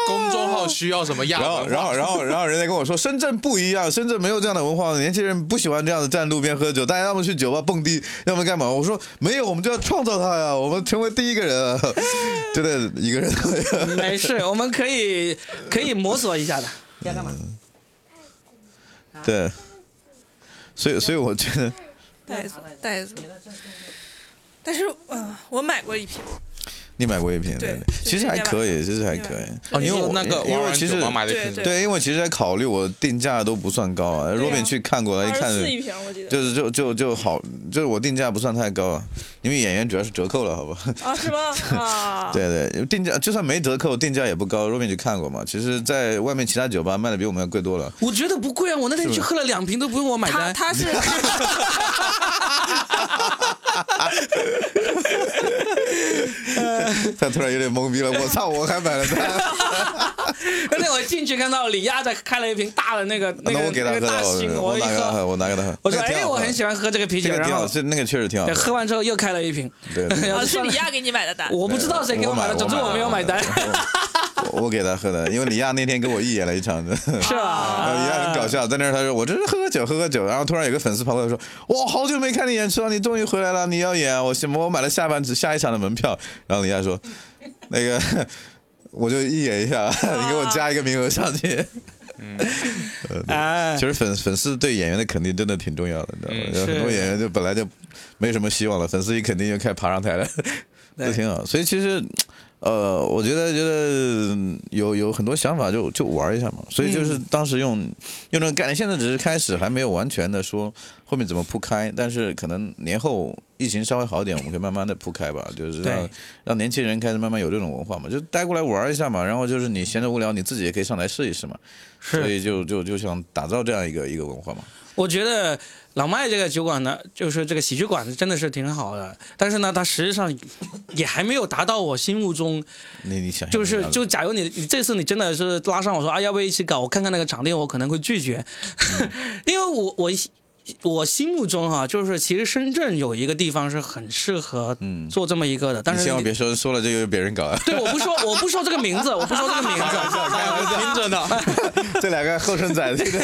公众号要需要什么亚
然后，
文化
然后，然后，然后人家跟我说，深圳不一样，深圳没有这样的文化，年轻人不喜欢这样的站路边喝酒，大家要么去酒吧蹦迪，要么干嘛？我说没有，我们就要创造它呀，我们成为第一个人啊，就得一个人。
没事，我们可以可以摸索一下的。你要干嘛？
对，所以，所以我觉得，
袋子袋子。但是，嗯、我买过一瓶，
你买过一瓶，
对
对，
就
其实
是
还
那
可以，其实还可以。
哦，你有那个
因为
玩完
其实
酒吧买的
对
挺
对
多，
对，因为其实在考虑我定价都不算高啊。若饼去看过了，
哎
一
二
看
十四一瓶，我记得。
就是就就就好，就是我定价不算太高啊，因为演员主要是折扣了，好吧？
啊，是吗？啊，
对对，定价就算没折扣，定价也不高。若面去看过嘛？其实，在外面其他酒吧卖的比我们要贵多了。
我觉得不贵啊，我那天去喝了两瓶都不用我买
他
单。
他是
他突然有点懵逼了， 我操，我还买了单，
那天我进去看到李亚在开了一瓶大的那个啊那
那
个
我给他
那
喝
个大
了，
型，
我
一
拿给他
喝，
喝，我拿给他喝。
我说
那个挺
哎，
好喝
我很喜欢喝这个啤酒，
这个
然
挺
后
好，是那个确实挺好
对
喝。
喝完之后又开了一瓶。
对，对
然后
啊是
算了
李亚给你买的单，
我不知道谁给哎我买的，
我买
总之我没有买单，
我我给他喝的，因为李亚那天跟我一演了一场的。
是吧？
啊，李亚很搞笑，在那儿他说我这是喝喝酒喝喝酒，然后突然有个粉丝跑过来说，哇，好久没看你演出了，你终于回来了，你要演啊，我什么我买了下半场下一场的门票，然后李亚说，那个我就一演一下，你给我加一个名额上去。
哎
其，实粉粉丝对演员的肯定真的挺重要的，你知道吗？
嗯
有很多
是
演员就本来就没什么希望了，粉丝一肯定就开始爬上台了， 这挺好。所以其实，呃，我觉得觉得嗯有有很多想法就就玩一下嘛。所以
嗯
就是当时用、用这个概念，现在只是开始，还没有完全的说后面怎么铺开，但是可能年后疫情稍微好一点，我们可以慢慢的铺 开吧，就是让
对
让年轻人开始慢慢有这种文化嘛，就带过来玩一下嘛。然后就是你闲着无聊，你自己也可以上台试一试嘛。所
是，
以就就就想打造这样一个一个文化嘛。
我觉得老麦这个酒馆呢，就是这个喜剧馆子真的是挺好的，但是呢，它实际上也还没有达到我心目中
你你想
就是就，假如你你这次你真的是拉上我说啊，要不要一起搞？我看看那个场地，我可能会拒绝，
嗯
因为我我我心目中哈、就是其实深圳有一个地方是很适合
嗯
做这么一个的，但
你
是
千万
你，
别说说了这个别人搞啊
对我不说我不说这个名字，我不说这个名 字，
听着呢，
这两个后生仔，这个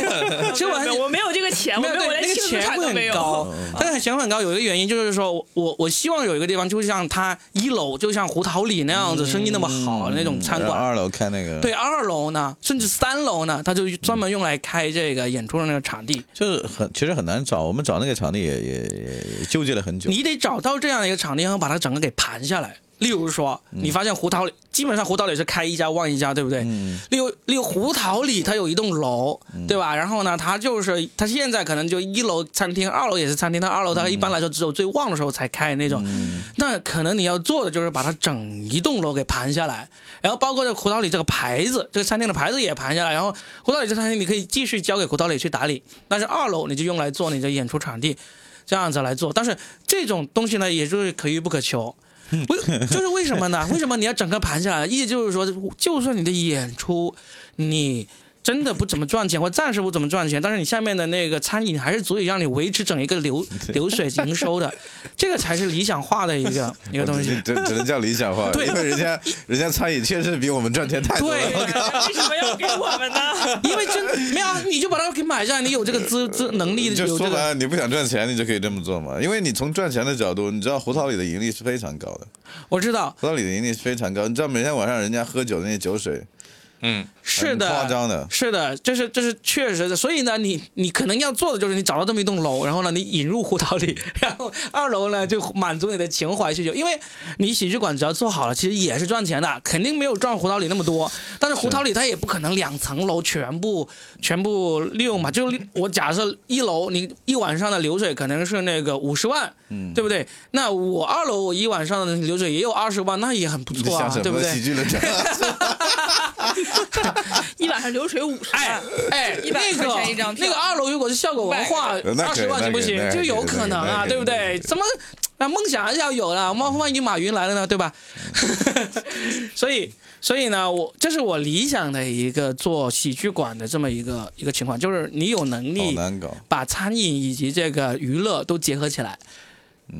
其实我很
没有我没有这个钱，我
没有
没有，我
对那
连
个
庆祝
钱
卡
会
都没
很
嗯
有。
高， 但是钱会很高有一个原因就是说我我我希望有一个地方，就像它一楼就像胡桃里那样子生意那么好的那种餐
然后
馆，
二楼开那个，
对，，二楼呢，甚至三楼呢，他就专门用来开这个演出的那个场地。
就是很其实很难找，我们找那个场地也也也也纠结了很久。
你得找到这样一个场地，然后把它整个给盘下来。例如说，你发现胡桃里基本上胡桃里是开一家旺一家，对不对？
嗯
例如，例如胡桃里它有一栋楼，对吧？然后呢，它就是它现在可能就一楼餐厅，二楼也是餐厅，但二楼它一般来说只有最旺的时候才开那种。
嗯
那可能你要做的就是把它整一栋楼给盘下来，然后包括这胡桃里这个牌子，这个餐厅的牌子也盘下来，然后胡桃里这餐厅你可以继续交给胡桃里去打理，但是二楼你就用来做你的演出场地，这样子来做。但是这种东西呢，也就是可遇不可求。
嗯
为就是为什么呢？ 为什么你要整个盘下来？意思就是说，就算你的演出，你真的不怎么赚钱，或暂时不怎么赚钱，但是你下面的那个餐饮还是足以让你维持整一个流 流水营收的，这个才是理想化的一 个一个东西。
只只能叫理想化，
对
因为人家人家餐饮确实比我们赚钱太多
对
了。
为什么要给我们呢？
因为真没有啊，你就把它给买下来，你有这个资资能力，
就
有
说
这
白
个
了，你不想赚钱，你就可以这么做嘛。因为你从赚钱的角度，你知道胡桃里的盈利是非常高的，
我知道
胡桃里的盈利是非常高。你知道每天晚上人家喝酒的那些酒水，
嗯，
是
很
的，
夸张的
是的，这是这是确实的。所以呢，你你可能要做的就是你找到这么一栋楼，然后呢，你引入胡桃里， 然后二楼呢就满足你的情怀需求，因为你喜剧馆只要做好了，其实也是赚钱的，肯定没有赚胡桃里那么多。但是胡桃里它也不可能两层楼全部全部利用嘛，就我假设一楼你一晚上的流水可能是那个五十万，嗯，对不对？那我二楼我一晚上的流水也有二十万，那也很不
你
错
想
啊，
什
对不
么
对
喜？剧论战？
一晚上流水五十
哎
万，
哎，
100
那个
块钱一张票
那个二楼如果是效果文化，
500
二十万行不行
那？可以
就有可能啊，
那可以那可以
对不
那可
对
以？
怎么啊？梦想要有了，万万一马云来了呢，对吧？ 所以，所以呢，我这是我理想的一个做喜剧馆的这么一个一个情 况，就是你有能
好
力
难搞。
把餐饮以及这个娱乐都结合起来。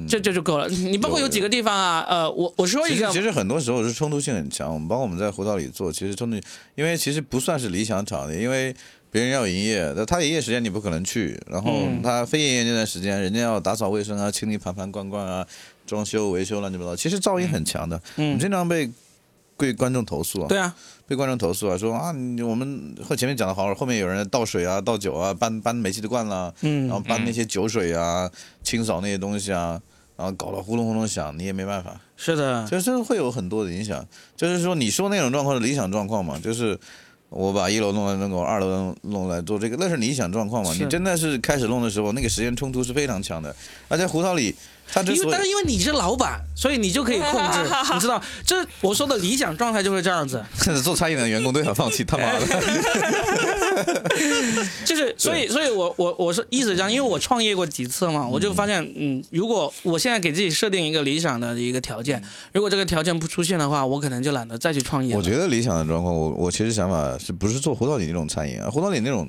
这这就够了。你包括有几个地方啊，呃，我我说
嗯其
一
实
个
其，实很多时候是冲突性很强，我们包括我们在胡导里做，其实冲突，因为其实不算是理想场地，因为别人要营业，那他营业时间你不可能去，然后他非营业那段时间，人家要打扫卫生啊、清理盘盘罐罐啊、装修维修乱七八糟，其实噪音很强的，我们经常被被观众投诉啊，
嗯对啊，
被观众投诉啊，说啊，你我们和前面讲的好好，后面有人倒水啊、倒酒啊、搬搬煤气的罐啦、然后搬那些酒水啊、清扫那些东西啊，然后搞得轰隆轰隆响，你也没办法。
是的，
就是会有很多的影响。就是说，你说那种状况是理想状况嘛？就是我把一楼弄来弄狗，二楼弄弄来做这个，那是理想状况嘛？
是
你真的是开始弄的时候，那个时间冲突是非常强的。而且胡桃里，他之
因为
所
但是
以
因为你是老板，所以你就可以控 制，你知道，这我说的理想状态就是这样子，
做餐饮的员工都想放弃，他妈 的，
就是所以所以我我我是意思是这样，因为我创业过几次嘛，我就发现，嗯，如果我现在给自己设定一个理想的一个条件，
嗯
如果这个条件不出现的话，我可能就懒得再去创业了。
我觉得理想的状况，我我其实想法是不是做胡桃里那种餐饮啊？胡桃里那种，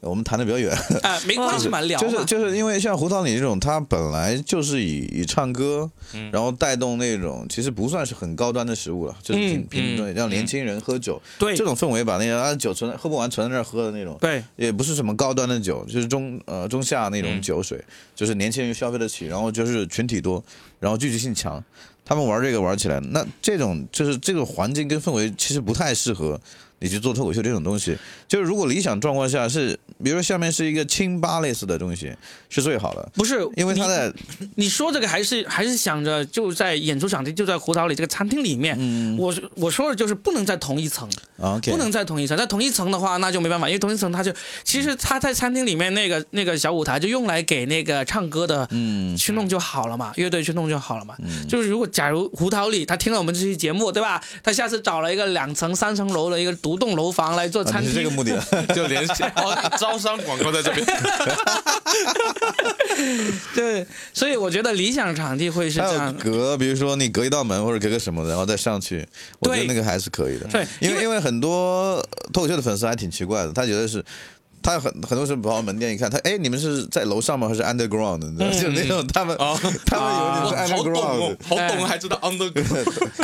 我们谈的比较远。
哎，没关系嘛，聊
就是
嘛
就是因为像胡桃里这种，他本来就是以以唱歌，
嗯
然后带动那种其实不算是很高端的食物了，就是
嗯
平平对，让年轻人喝酒，
对
这种氛围把那个啊酒存喝不完存在那儿喝的那种，
对
也不是什么高端的酒，就是中呃中下那
嗯
种酒水，就是年轻人消费得起，然后就是群体多，然后聚集性强。他们玩这个玩起来，那这种就是这个环境跟氛围其实不太适合你去做脱口秀这种东西。就是如果理想状况下是，比如说下面是一个清吧类似的东西是最好的，
不是，
因为他在
你说这个还是还是想着就在演出场地就在胡桃里这个餐厅里面，
嗯
我我说的就是不能在同一层，
啊，OK，
不能在同一层，在同一层的话那就没办法，因为同一层它就其
嗯
实它在餐厅里面那个那个小舞台就用来给那个唱歌的
嗯
去弄就好了嘛，乐队去弄就好了嘛。就是如果假如胡桃里他听了我们这期节目，对吧？他下次找了一个两层三层楼的一个独栋楼房来做
啊
餐
你是
厅，
这个目的，
就联系哦，招商广告在这边，
对，所以我觉得理想场地会是
还
这
有
样。
隔，比如说你隔一道门或者隔个什么的，然后再上去，我觉得
对
那个还是可以的。
对因
因
为
为因为很多脱口秀的粉丝还挺奇怪的，他觉得是。他很很多时候跑到门店一看，他哎，你们是在楼上吗？还是 underground？你知道，就是那种他们、
哦
他们有
我
啊点是
好懂
underground
哦
的。，
好懂，还知道 underground，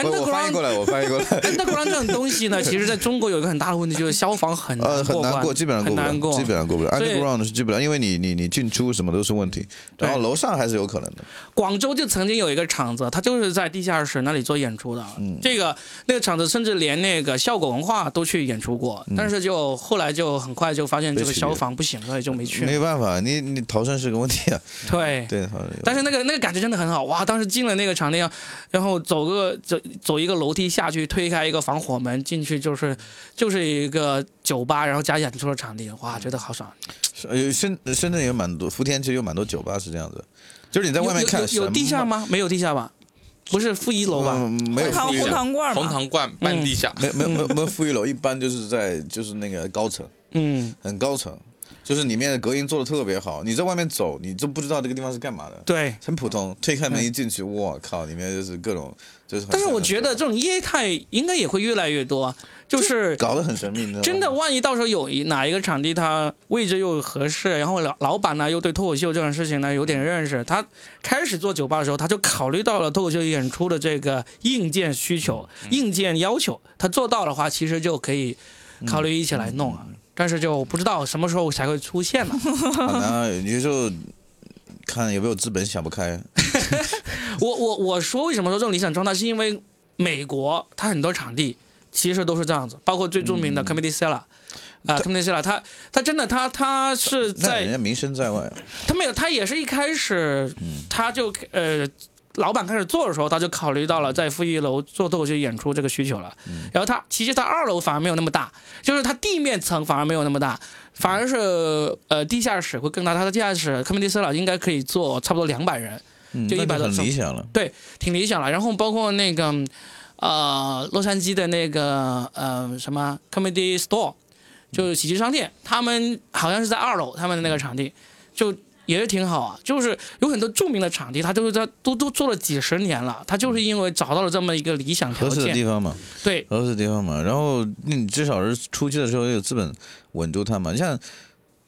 我我翻译过来，我翻译过来。
underground 这种东西呢，其实在中国有一个很大的问题，就是消防很
呃，很难
难
过，
过
基本上
很
过不
难
了，基本上过不了。
所以
Underground 是基本上，因为你你你进出什么都是问题，
对
然后楼上还是有可能的。
广州就曾经有一个厂子，它就是在地下室那里做演出的。
嗯
这个那个厂子甚至连那个效果文化都去演出过，但是就后来就很快就发现这个
嗯被取嗯
消防不行，所以就没去。
没有办法，你你逃生是个问题啊。
对。
对，好
但是那个那个感觉真的很好哇！当时进了那个场地，然后走个走走一个楼梯下去，推开一个防火门进去，就是就是一个酒吧，然后加演出的场地，
嗯
哇，觉得好爽！
是呃，深深圳也有蛮多，福田其实有蛮多酒吧是这样子，就是你在
有
外面看
有有有地下？吗？没有地下吧？不是负一楼吧？
嗯，没有
哎
红糖
负一
红
楼，
糖罐嘛，
红糖罐半地下，
没有没有没有没有负一楼，一般就是在就是那个高层，
嗯，
很高层，就是里面的隔音做的特别好，你在外面走，你就不知道这个地方是干嘛的。
对。
很普通，推开门一进去，我靠，里面就是各种，就是很。
嗯但是我觉得这种业态应该也会越来越多，啊就是
搞啊得很神秘，你知道吗
真的，万一到时候有一哪一个场地它位置又合适，然后老老板呢又对脱口秀这种事情呢有点认识，他开始做酒吧的时候，他就考虑到了脱口秀演出的这个硬件需求、硬件要求，他做到的话，其实就可以考虑一起来弄啊。但是就不知道什么时候才会出现了。
很难啊，有时候看有没有资本想不开，
我我我说为什么说这种理想状态，是因为美国它很多场地其实都是这样子，包括最著名
嗯
的 Comedy Cellar，啊、Comedy Cellar，它它真的它它是
那
在
人家名声在外啊，
它没有，它也是一开始
嗯
它就呃。老板开始做的时候，他就考虑到
嗯
了在负一楼做脱口秀演出这个需求了。然后他其实他二楼反而没有那么大，就是它地面层反而没有那么大，反而是呃地下室会更大。它的地下室 Comedy Cellar 应该可以坐差不多两百人，
嗯
就
那
100多
很理想了。
对，挺理想了。然后包括那个，呃，洛杉矶的那个呃什么 Comedy Store，就是喜剧商店，他们好像是在二楼，他们的那个场地就也是挺好啊。就是有很多著名的场地，他都是在都都做了几十年了，他就是因为找到了这么一个理想条
合适的
件，
地方嘛，
对，
合适的地方嘛。然后你至少是出去的时候有资本稳住他嘛。你像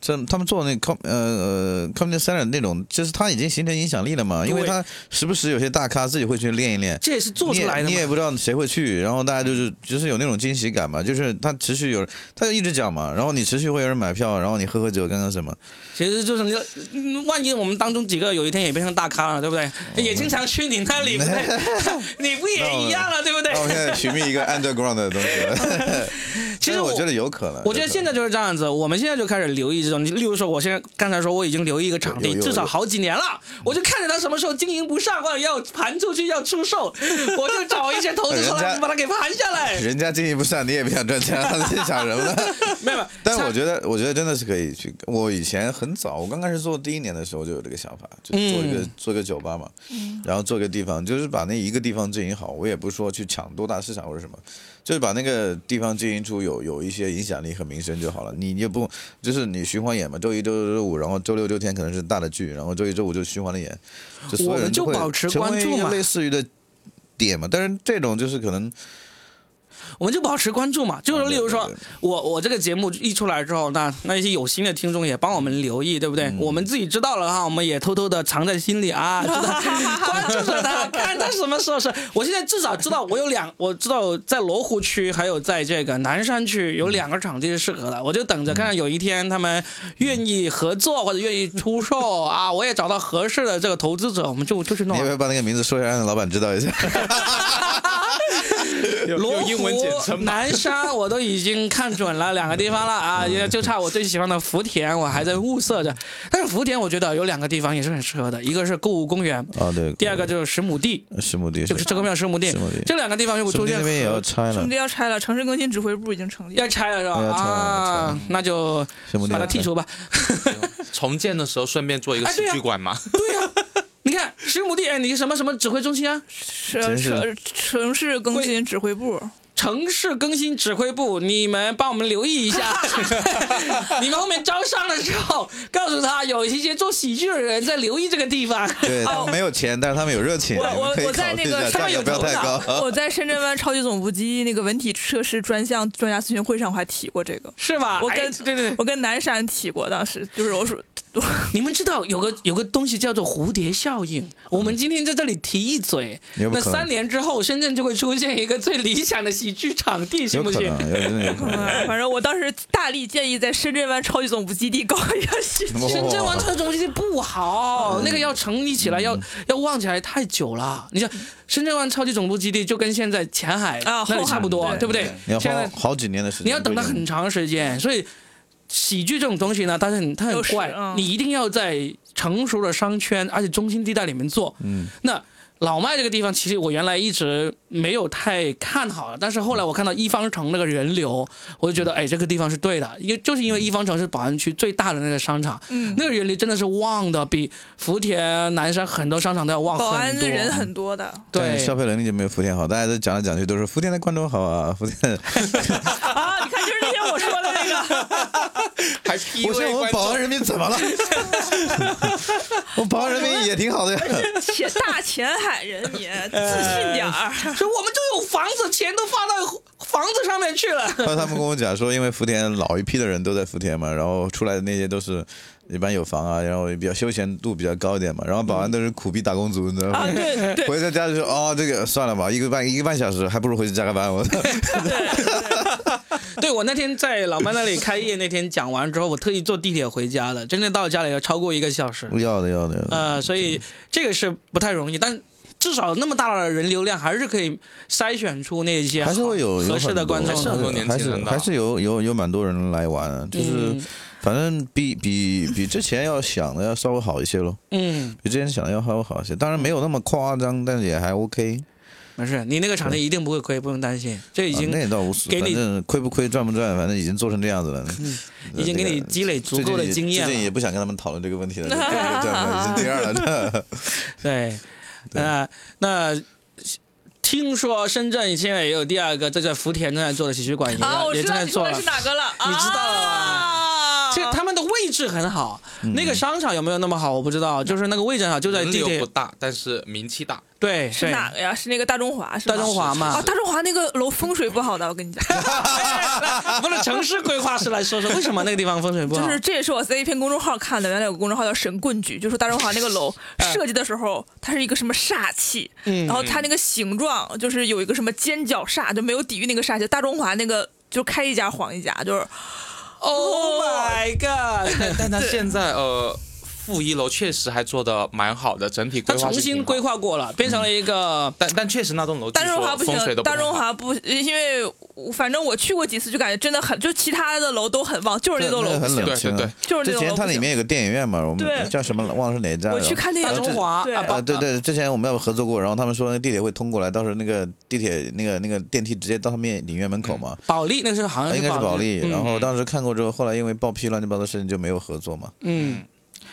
这他们做那 com 呃呃 comedy center 那种，就是它已经形成影响力了嘛，因为
对
它时不时有些大咖自己会去练一练，
这也是做出来的
你也，你也
嘛。
不知道谁会去，然后大家就是就是有那种惊喜感嘛，就是他持续有人，他就一直讲嘛，然后你持续会有人买票，然后你喝喝酒干干什么，
其实就是你，嗯万一我们当中几个有一天也变成大咖了，对
哦
不对？也经常去你那 里，不对 你不也一样了，对不对
那？我现在寻觅一个 underground 的 东西了。
其实
但是我觉得有可能，
我觉得现在就是这样子，我们现在就开始留意这种，例如说，我现在刚才说我已经留意一个场地
有有有
至少好几年了，我就看着它什么时候经营不上或者要盘出去要出售，我就找一些投资商
哎人
来
家
把它给盘下来。
人家经营不善，你也别想赚钱， 你想什么呢？
没有，没有
但
像
我觉得，我觉得真的是可以去。我以前很早，我刚开始做第一年的时候就有这个想法，就做一个、
嗯
做个酒吧嘛，然后做个地方，就是把那一个地方经营好。我也不是说去抢多大市场或者什么，就是把那个地方经营出有有一些影响力和名声就好了。你也不就是你循环演嘛，周一、周六、周五，然后周六、周天可能是大的剧，然后周一、周五就循环的演，就所有
我们
人
就
会
保持
成
关
为
注
一个
嘛
类似于的点嘛。但是这种就是可能
我们就保持关注嘛。就是
嗯
例
对
如说
对对，
我我这个节目一出来之后，那那一些有心的听众也帮我们留意，对不
嗯
对？我们自己知道了哈，我们也偷偷的藏在心里 啊，知道 关注着他，看他什么时候是。我现在至少知道我有两，我知道在罗湖区还有在这个南山区有两个场地是适合的，我就等着看看有一天他们愿意合作或者愿意出售啊，我也找到合适的这个投资者，我们就就去弄
你要不
了。
要把那个名字说一下，让老板知道一下？
罗
用英文简
湖、
称吧
南沙我都已经看准了两个地方了
嗯
啊，也就差我最喜欢的福田，我还在物色着。但是福田我觉得有两个地方也是很适合的，一个是购物公园，
啊，对。
第二个就是石母地，
石母地，
哦就是这个庙石母地
石母地。
这两个地方如果出
中间
现
那边也要拆
我
了
们，这要拆了，城市更新指挥部已经成立了。
要拆了是
对
吧？
要拆了要拆
啊
了，
那就
什么地
把
方
它剔除吧。
重建的时候顺便做一个
哎对
喜
啊
剧馆 嘛，
对呀，你看石母地，哎，你什么什么指挥中心啊？
是
真是
城城市更新指挥部，
城市更新指挥部，你们帮我们留意一 下。你们后面招商的时候，告诉他有一些做喜剧的人在留意这个地方。
对他们没有钱，但是他们有热情，
我
你
我
们可以
我在
考虑
那
一
个
下
上
价
面有
格不要太高。
我在深圳湾超级总部基那个文体设施专项专家咨询会上我还提过这个，
是吧？
我跟
哎对对对，
我跟南山提过，当时就是我说，
你们知道有个有个东西叫做蝴蝶效应，我们今天在这里提一嘴，
有可
那
能
三年之后深圳就会出现一个最理想的喜剧场地，行
有
不
可能，
行？
有真的有可能。
嗯反正我当时大力建议在深圳湾超级总部基地搞一个新
哇
深圳湾这个东西不好，那个要成立起来，
嗯
要要旺起来太久了。你像深圳湾超级总部基地，就跟现在前海
啊
那里
后海
差不多，
对
对不对？
你要
现
花
在
好几年的时间，
你要等到很长时间，所以喜剧这种东西呢，它很它很
有时
怪
嗯，
你一定要在成熟的商圈，而且中心地带里面做。嗯，那。老麦这个地方，其实我原来一直没有太看好的，但是后来我看到一方城那个人流，我就觉得，哎，这个地方是对的，因为就是因为一方城是宝安区最大的那个商场，嗯，那个人流真的是旺的，比福田、南山很多商场都要旺很
保
多。
安的人很多的，
但
对，
是消费能力就没有福田好。大家都讲来讲去都是福田的观众好啊，福田。
啊，你看就是那天我说的那个，
还
我现在
PUA
我
观
们保
众
安人民怎么了？ 我保安人民也挺好的呀。
前大前海人民自信点儿，
所以我们就有房子，钱都发到房子上面去了。
后来他们跟我讲说，因为福田老一批的人都在福田嘛，然后出来的那些都是一般有房啊，然后比较休闲度比较高一点嘛，然后保安都是苦逼打工族，你知道吗？
对对
回到家就说哦，这个算了吧，一个半一个半小时，还不如回去加个班。我
对我那天在老妈那里开业那天讲完之后，我特意坐地铁回家的，真正到家里要超过一个小时。
要的要的，要的
呃，所以这个是不太容易，但至少那么大的人流量还是可以筛选出那些
还是会有有
合适的
很多
观众
还是很
的。
多年
还
轻
是
人的
还是有有有蛮多人来玩的，就是
嗯
反正比比比之前要想的要稍微好一些咯，
嗯，
比之前想的要稍微好一些，当然没有那么夸张，但是也还 OK。
没事，你那个场地一定不会亏，不用担心，这已
啊
经、
那也倒无所
给
谓，
你
反正亏不亏赚不赚，反正已经做成这样子了，
已经给你积累足够的经验
最近也
了。
不想跟他们讨论这个问题了，这个赚不赚已经第二了。
对，呃，那。听说深圳现在也有第二个，在这福田正在做的喜剧馆也
啊，我
也
知
正
道
在
你说
做
的
了
是，哪个了，
你知道了吧
啊
这他们的位置很好，那个商场有没有那么好我不知道，就是那个位置很好，就在
人
地
流
铁
不大，但是名气 大。
对
是
对，
哪个呀？是那个大中华是吧？
大中华嘛
啊，，大中华那个楼风水不好的，我跟你讲，
不是城市规划师来说说为什么那个地方风水不好？
就是这也是我在一篇公众号看的，原来有个公众号叫“神棍局”，就说大中华那个楼设计的时候，它是一个什么煞气，然后它那个形状就是有一个什么尖角煞，就没有抵御那个煞气。大中华那个就开一家黄一家，就是
Oh my god！
但他现在呃，负一楼确实还做的蛮好的，整体
他
规划
重
是
新
挺好
规，划过了，变成了一个
但但确实那栋楼据
大中华
说
不
风水
行，
都不
大
太
中
好
华不，因为我反正我去过几次，就感觉真的很，就其他的楼都很旺，就是那
那
栋楼
那
不
很
行。
冷
对
清
对
啊。
就是那
之
栋楼
前
不
它里
行。
面有个电影院嘛，我
对
们叫什么忘了是哪一站了。
我去看电
大
影，
中华
对
啊，不
呃，对对，之前我们有合作过，然后他们说那地铁会通过来，到时候那个地铁那个那个电梯直接到他们影院门口
嗯
嘛，呃
保利那个时候好像
啊应该是保利。
嗯
然后当时看过之后，后来因为报批乱七八糟事情就没有合作嘛。
嗯，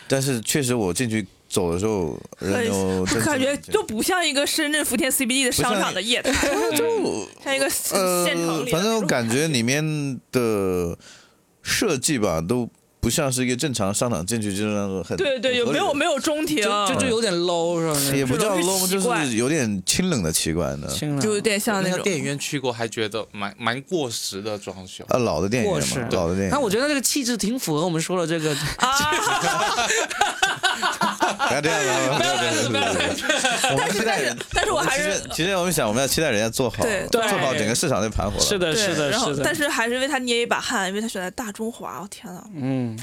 但是确实我进去走的时候，人流真
很，
的
感觉
很紧
就不像一个深圳福田 CBD 的商场的业态，
就
像一个县
呃
县城里的那种。，
反正我感觉里面的设计吧，都不像是一个正常商场进去就是那种很
对对，有没有没有中庭，啊
就就就有点 low 是吧？
有也不叫
这种
low，
奇
就
怪
是有点清冷的奇怪的。
行了
就有点像那
那
种
个电影院去过，还觉得蛮蛮过时的装修。
啊，老的电影
过
院
时
嘛，老的电影
但
院。
我觉得这个气质挺符合我们说的这个，
啊。
不要这样了，不要这样，不要这样。我们期待人，
但是我还是
其实其实我们想，我们要期待人家做好，
对
做好整个市场就盘活了。
是，的，是
对
的，
然后
是的，
但是还是为他捏一把汗，因为他选在大中华，我天啊，
嗯，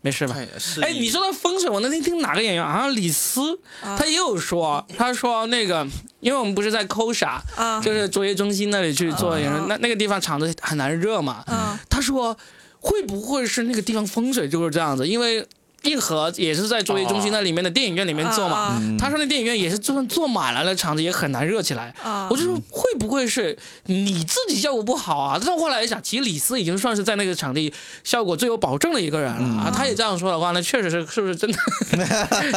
没事吧？
看一眼是
哎，你说到风水，我那天听哪个演员，好像李斯，
啊
他也有说，他说那个，因为我们不是在抠傻，
啊
就是卓越中心那里去做演员，那那个地方场子很难热嘛，
嗯
他说会不会是那个地方风水就是这样子，因为。硬核也是在卓越中心那里面的电影院里面做嘛，
嗯
啊
他说那电影院也是就算坐满了，那场子也很难热起来。
啊
我就说会不会是你自己效果不好啊？但后来一想，其实李斯已经算是在那个场地效果最有保证的一个人了啊。他也这样说的话，那确实是是不是真的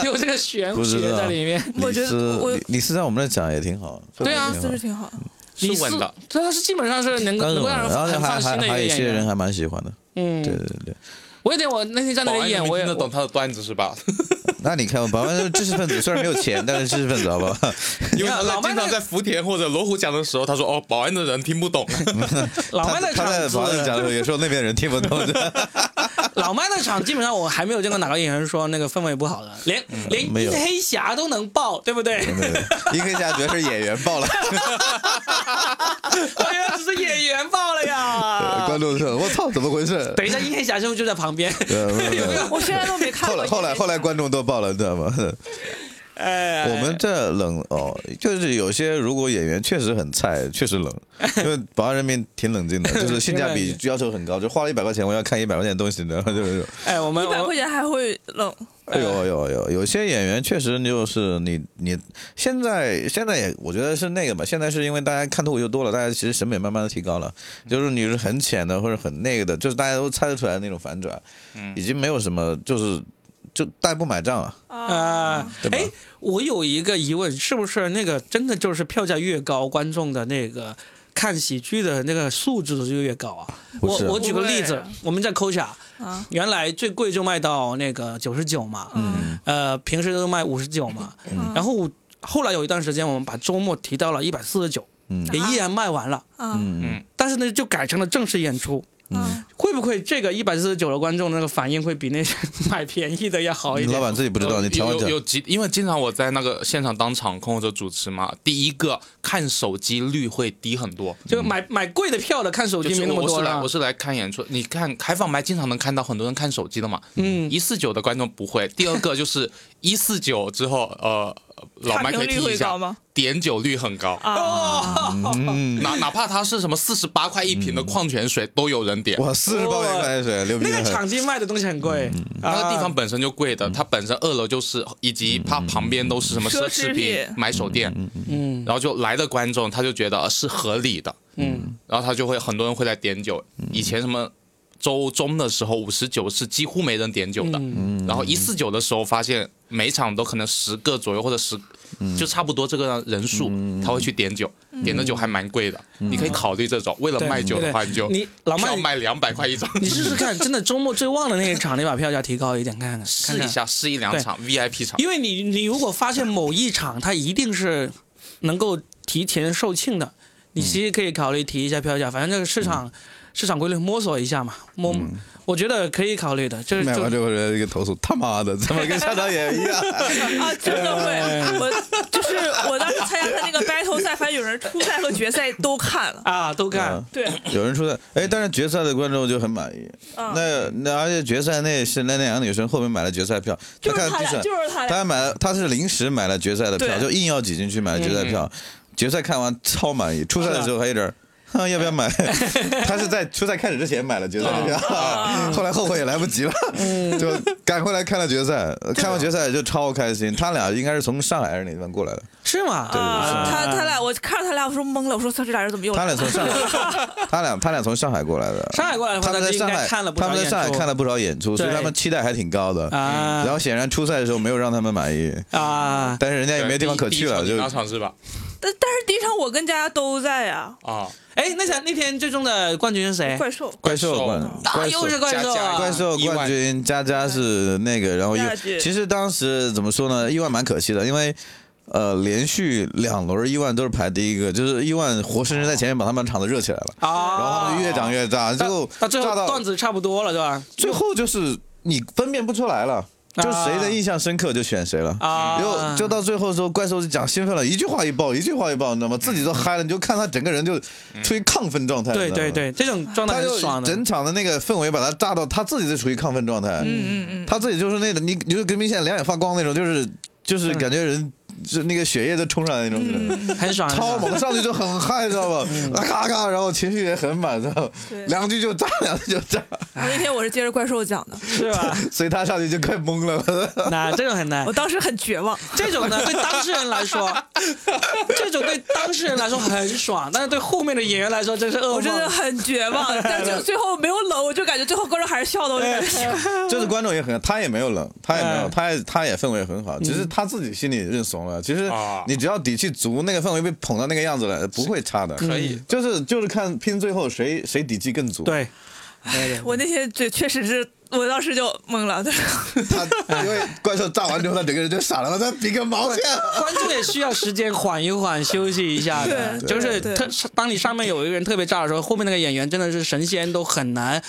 有这个玄
不知
学
道
在里 面？
我觉
李
得我
斯，李李斯在我们这讲也挺好。
对啊
挺好
姿势挺好。
是
李斯
稳的，
他是基本上是能够能
但是我
够让
们
人
然后
很
还
放心
还
的一
还
个
有一
演
些人
员。
还蛮喜欢的。对
嗯，
对对，
我有点我那天在
保
那
安
里
也
演，
没
我也
听得懂他的段子是 吧？
那你看吧，百万就是知识分子，虽然没有钱，但是知识分子，好不好？
因为他
老
在
麦
经
那
常
个
在福田或者罗湖讲的时候，他说：“哦，保安的人听不 懂。
老
他
麦的
他在
场
网上
子，
讲的时候，也说那边人听不懂的。
老麦的场基本上我还没有见过哪个演员说那个氛围不好的，连连
嗯没
一
有
黑侠都能爆，对不 哎对？
对对对一个下主要是演员爆了，
我原来只是演员爆了 呀！
观众说：“我操，怎么回事
等一下，阴黑侠是不是就在旁边？？”
呃没有没有没有
我现在都没看
后
过
来后来后来观众都爆了，你知道吗？
哎，
我们这冷哦，就是有些如果演员确实很菜，确实冷，因为保安人民挺冷静的，就是性价比要求很高，就花了一百块钱我要看一百块钱的东西，你知道吗？ 就是，
哎，我们
一百
我
块钱还会冷，
哎呦哎呦哎呦，有些演员确实就是你你现在现在也我觉得是那个吧，现在是因为大家看脱口秀多了，大家其实审美慢慢的提高了，就是你是很浅的或者很那个的，就是大家都猜得出来那种反转，已经没有什么就是就大家不买账啊，
啊，哎，我有一个疑问，是不是那个真的就是票价越高，观众的那个看喜剧的那个素质就越高啊？
不
我
是
我举个例子
不，
我们在抠下
啊，
原来最贵就卖到那个九十九嘛，嗯，呃，平时都卖五十九嘛，
嗯啊
然后后来有一段时间，我们把周末提到了一百四十九，
嗯
也依然卖完了，
啊
嗯
但是呢，就改成了正式演出。
啊
会不会这个一百四十九的观众那个反应会比那些 买便宜的要好哦一
嗯，
点？
老板自己不”知道，你调
有
一调
有。有几，因为经常我在那个现场当场控或者主持嘛，第一个看手机率会低很多。
就买买贵的票的看手机
嗯就是
没那
我
么
我
多
是来
了
我。是来看演出，你看开放麦经常能看到很多人看手机的嘛。
嗯
一四九的观众不会。第二个就是一四九之后，呃，老麦可
差
以
评率
听
会高
一下
吗，啊
点酒率很高。
嗯
哪哪怕它是什么四十八块一瓶的矿泉水，都有人点。
哇，四十八元矿泉水，牛逼
那个
得很！
场地卖的东西很贵，
嗯那
啊
个地方本身就贵
嗯
的，它本身二楼就是，以及它旁边都是什么
奢
奢
侈
侈
品
品买手店，
嗯
然后就来的观众他就觉得呃是合理的，
嗯，
然后他就会很多人会来点酒。以前什么周中的时候五十九是几乎
嗯
嗯
没人点酒的，然后一四九的时候发现每场都可能十个左右或者十
嗯
就差不多这个人数，他会去点酒，点的酒还蛮贵的，你可以考虑这种。为了
对
卖酒的话，你就
嗯对你老
票
麦
卖两百块一张，
你试试看，真的周末最旺的那一场，你把票价提高一点看看，
试一
看看。
下，试一两
对
场 VIP 场。
因为你你如果发现某一场它一定是能够提前售罄的，你
嗯
其实可以考虑提一下票价，反正这个市场、市场规律摸索一下嘛，摸，
嗯
我觉得可以考虑的，就是
卖完
就
之后人一个投诉，他妈的，怎么跟下导演一样？
啊，真的
哎
会，我就是我当时参加他那个 battle 赛，反正有人初赛和决赛都看了。
啊都干。
嗯
对，
有人出赛，哎，但是决赛的观众就很满意。
嗯
那那而且决赛那是那两个女生后面买了决赛票，她
就是
看
他
地
俩，
上，
就是他俩。
她买了，她是临时买了决赛的票，
对
就硬要挤进去买了决赛票。
嗯
决赛看完超满意，初赛的时候还有点儿。 哼要不要 买？她是在初赛开始之前买了决赛票，
嗯
后来后悔也来不及了，就赶快来看了决赛。看完决赛就超开心，他俩应该是从上海还是哪地方过来的？
是吗？
啊，他他俩，我看着他俩，我说懵了，我说他这俩人怎么又来
他俩从上海，他俩他俩从上海过来的。
上海过来的话，
他
大家
们在
应
上
该
海
看了不
他
少
们在
演
上海
出
看了不少演出，所以
对
他们期待还挺高的。然
嗯
啊
后显然初赛的时候没有让他们满意，
啊！
但是人家哎也没地方可去了，
第
就
一场你那场是吧？
但但是第一场我跟佳佳都在啊，
啊，
哎，那场那天最终的冠军是
哎
谁？
怪兽
怪兽冠
啊，
怪兽
又是怪
加
兽啊！
加
怪兽
意外
冠军，佳佳是那个，然后
那
又
句
其实当时怎么说呢，伊万蛮可惜的，因为。呃，连续两轮伊万都是排第一个，就是伊万活生生在前面把他们场子热起来了，然
啊，
后他们越长越大，最后
到最
炸
后
到
段子差不多了，对吧？
最后就是你分辨不出来了，就谁的印象深刻就选谁了。
啊，
然后就到最后的时候，怪兽就讲兴奋了，一句话一爆，一句话一爆，你知道吗？自己都嗨了，你就看他整个人就处于亢奋状态。
对
你知道吗
对，对，这种状态
他
很爽
就
的
整场的那个氛围把他炸到，他自己是处于亢奋状态。嗯嗯嗯，他自己就是那种你你就跟明显两眼发光那种，就是就是感觉人就那个血液都冲上来那种。
很爽，很
超
爽
猛，上去就很嗨，知道吧？啊咔咔，然后情绪也很满，知道吧
对？
两句就炸，两句就炸，
我那天我是接着怪兽讲的，
是吧？
所以他上去就快懵了。
那这种很难
哎
我，当时很绝望。
这种呢对当事人来 说，这种对当事人来说很爽，但是对后面的演员来说真是噩
我真的
梦。
很绝望，
哎
但就最后没有冷，我就感觉最后观众还是笑的，我就感觉
就是观众也很，他也没有冷，他也没有，
嗯
他也他也氛围很好，只是他自己心里认怂了。其实
啊
你只要底气足，那个氛围被捧到那个样子了，不会差的。
可以
就是就是看拼最后谁谁底气更足。，
对，对对
我那天这确实是我当时就懵了，
他因为怪兽炸完之后，他整个人就傻了，他比个毛线。
观众也需要时间缓一缓，休息一下的。
对
就是
对
特当你上面有一个人特别炸的时候，后面那个演员真的是神仙都很难。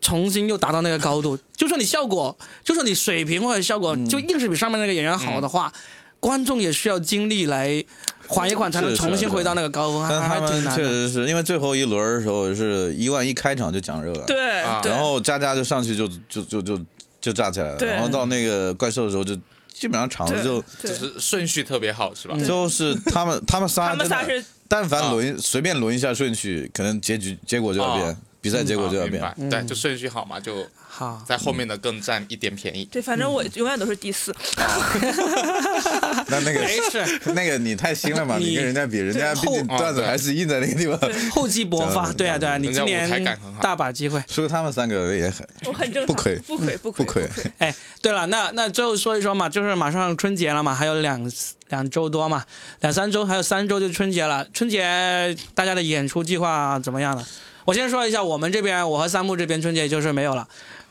重新又达到那个高度，就算你效果，就算你水平或者效果，就硬是比上面那个演员好的话，观众也需要精力来缓一缓，才能
是是
重新
是
回到那个高峰，还
但他
还挺
们
难
确
的。
实是因为最后一轮的时候是一万一开场就讲热了，
对
啊
对
然后佳佳就上去就就就就就炸起来了，
对
然后到那个怪兽的时候就基本上场子
对
就。嗯
就
对
是顺序特别好是吧？
嗯
就是他们他们仨，
他们仨是，
但凡轮随便轮一下顺序，可能结局结果就要变
啊，
比赛结果就
啊
要
明
变。
白，
嗯
对，就顺序好嘛，就
好，
在后面的更占一点便宜。
对，反正
嗯
我永远都是第四，
那那
没
个
事，
那个你太新了嘛，
你
你跟人家比，人家毕竟
后
段子
啊对
还是印在那个地方。
厚积薄发，对啊对啊，你
人
今
家舞台
年
感很好
大把机会。
输他们三个也很
我很正常，
不亏
不亏，不
不
亏，
亏，
哎，对了，那那最后说一说嘛，就是马上春节了嘛，还有两两周多嘛，两三周，还有三周就春节了。春节大家的演出计划怎么样了？我先说一下，我们这边，我和三木这边春节就是没有了，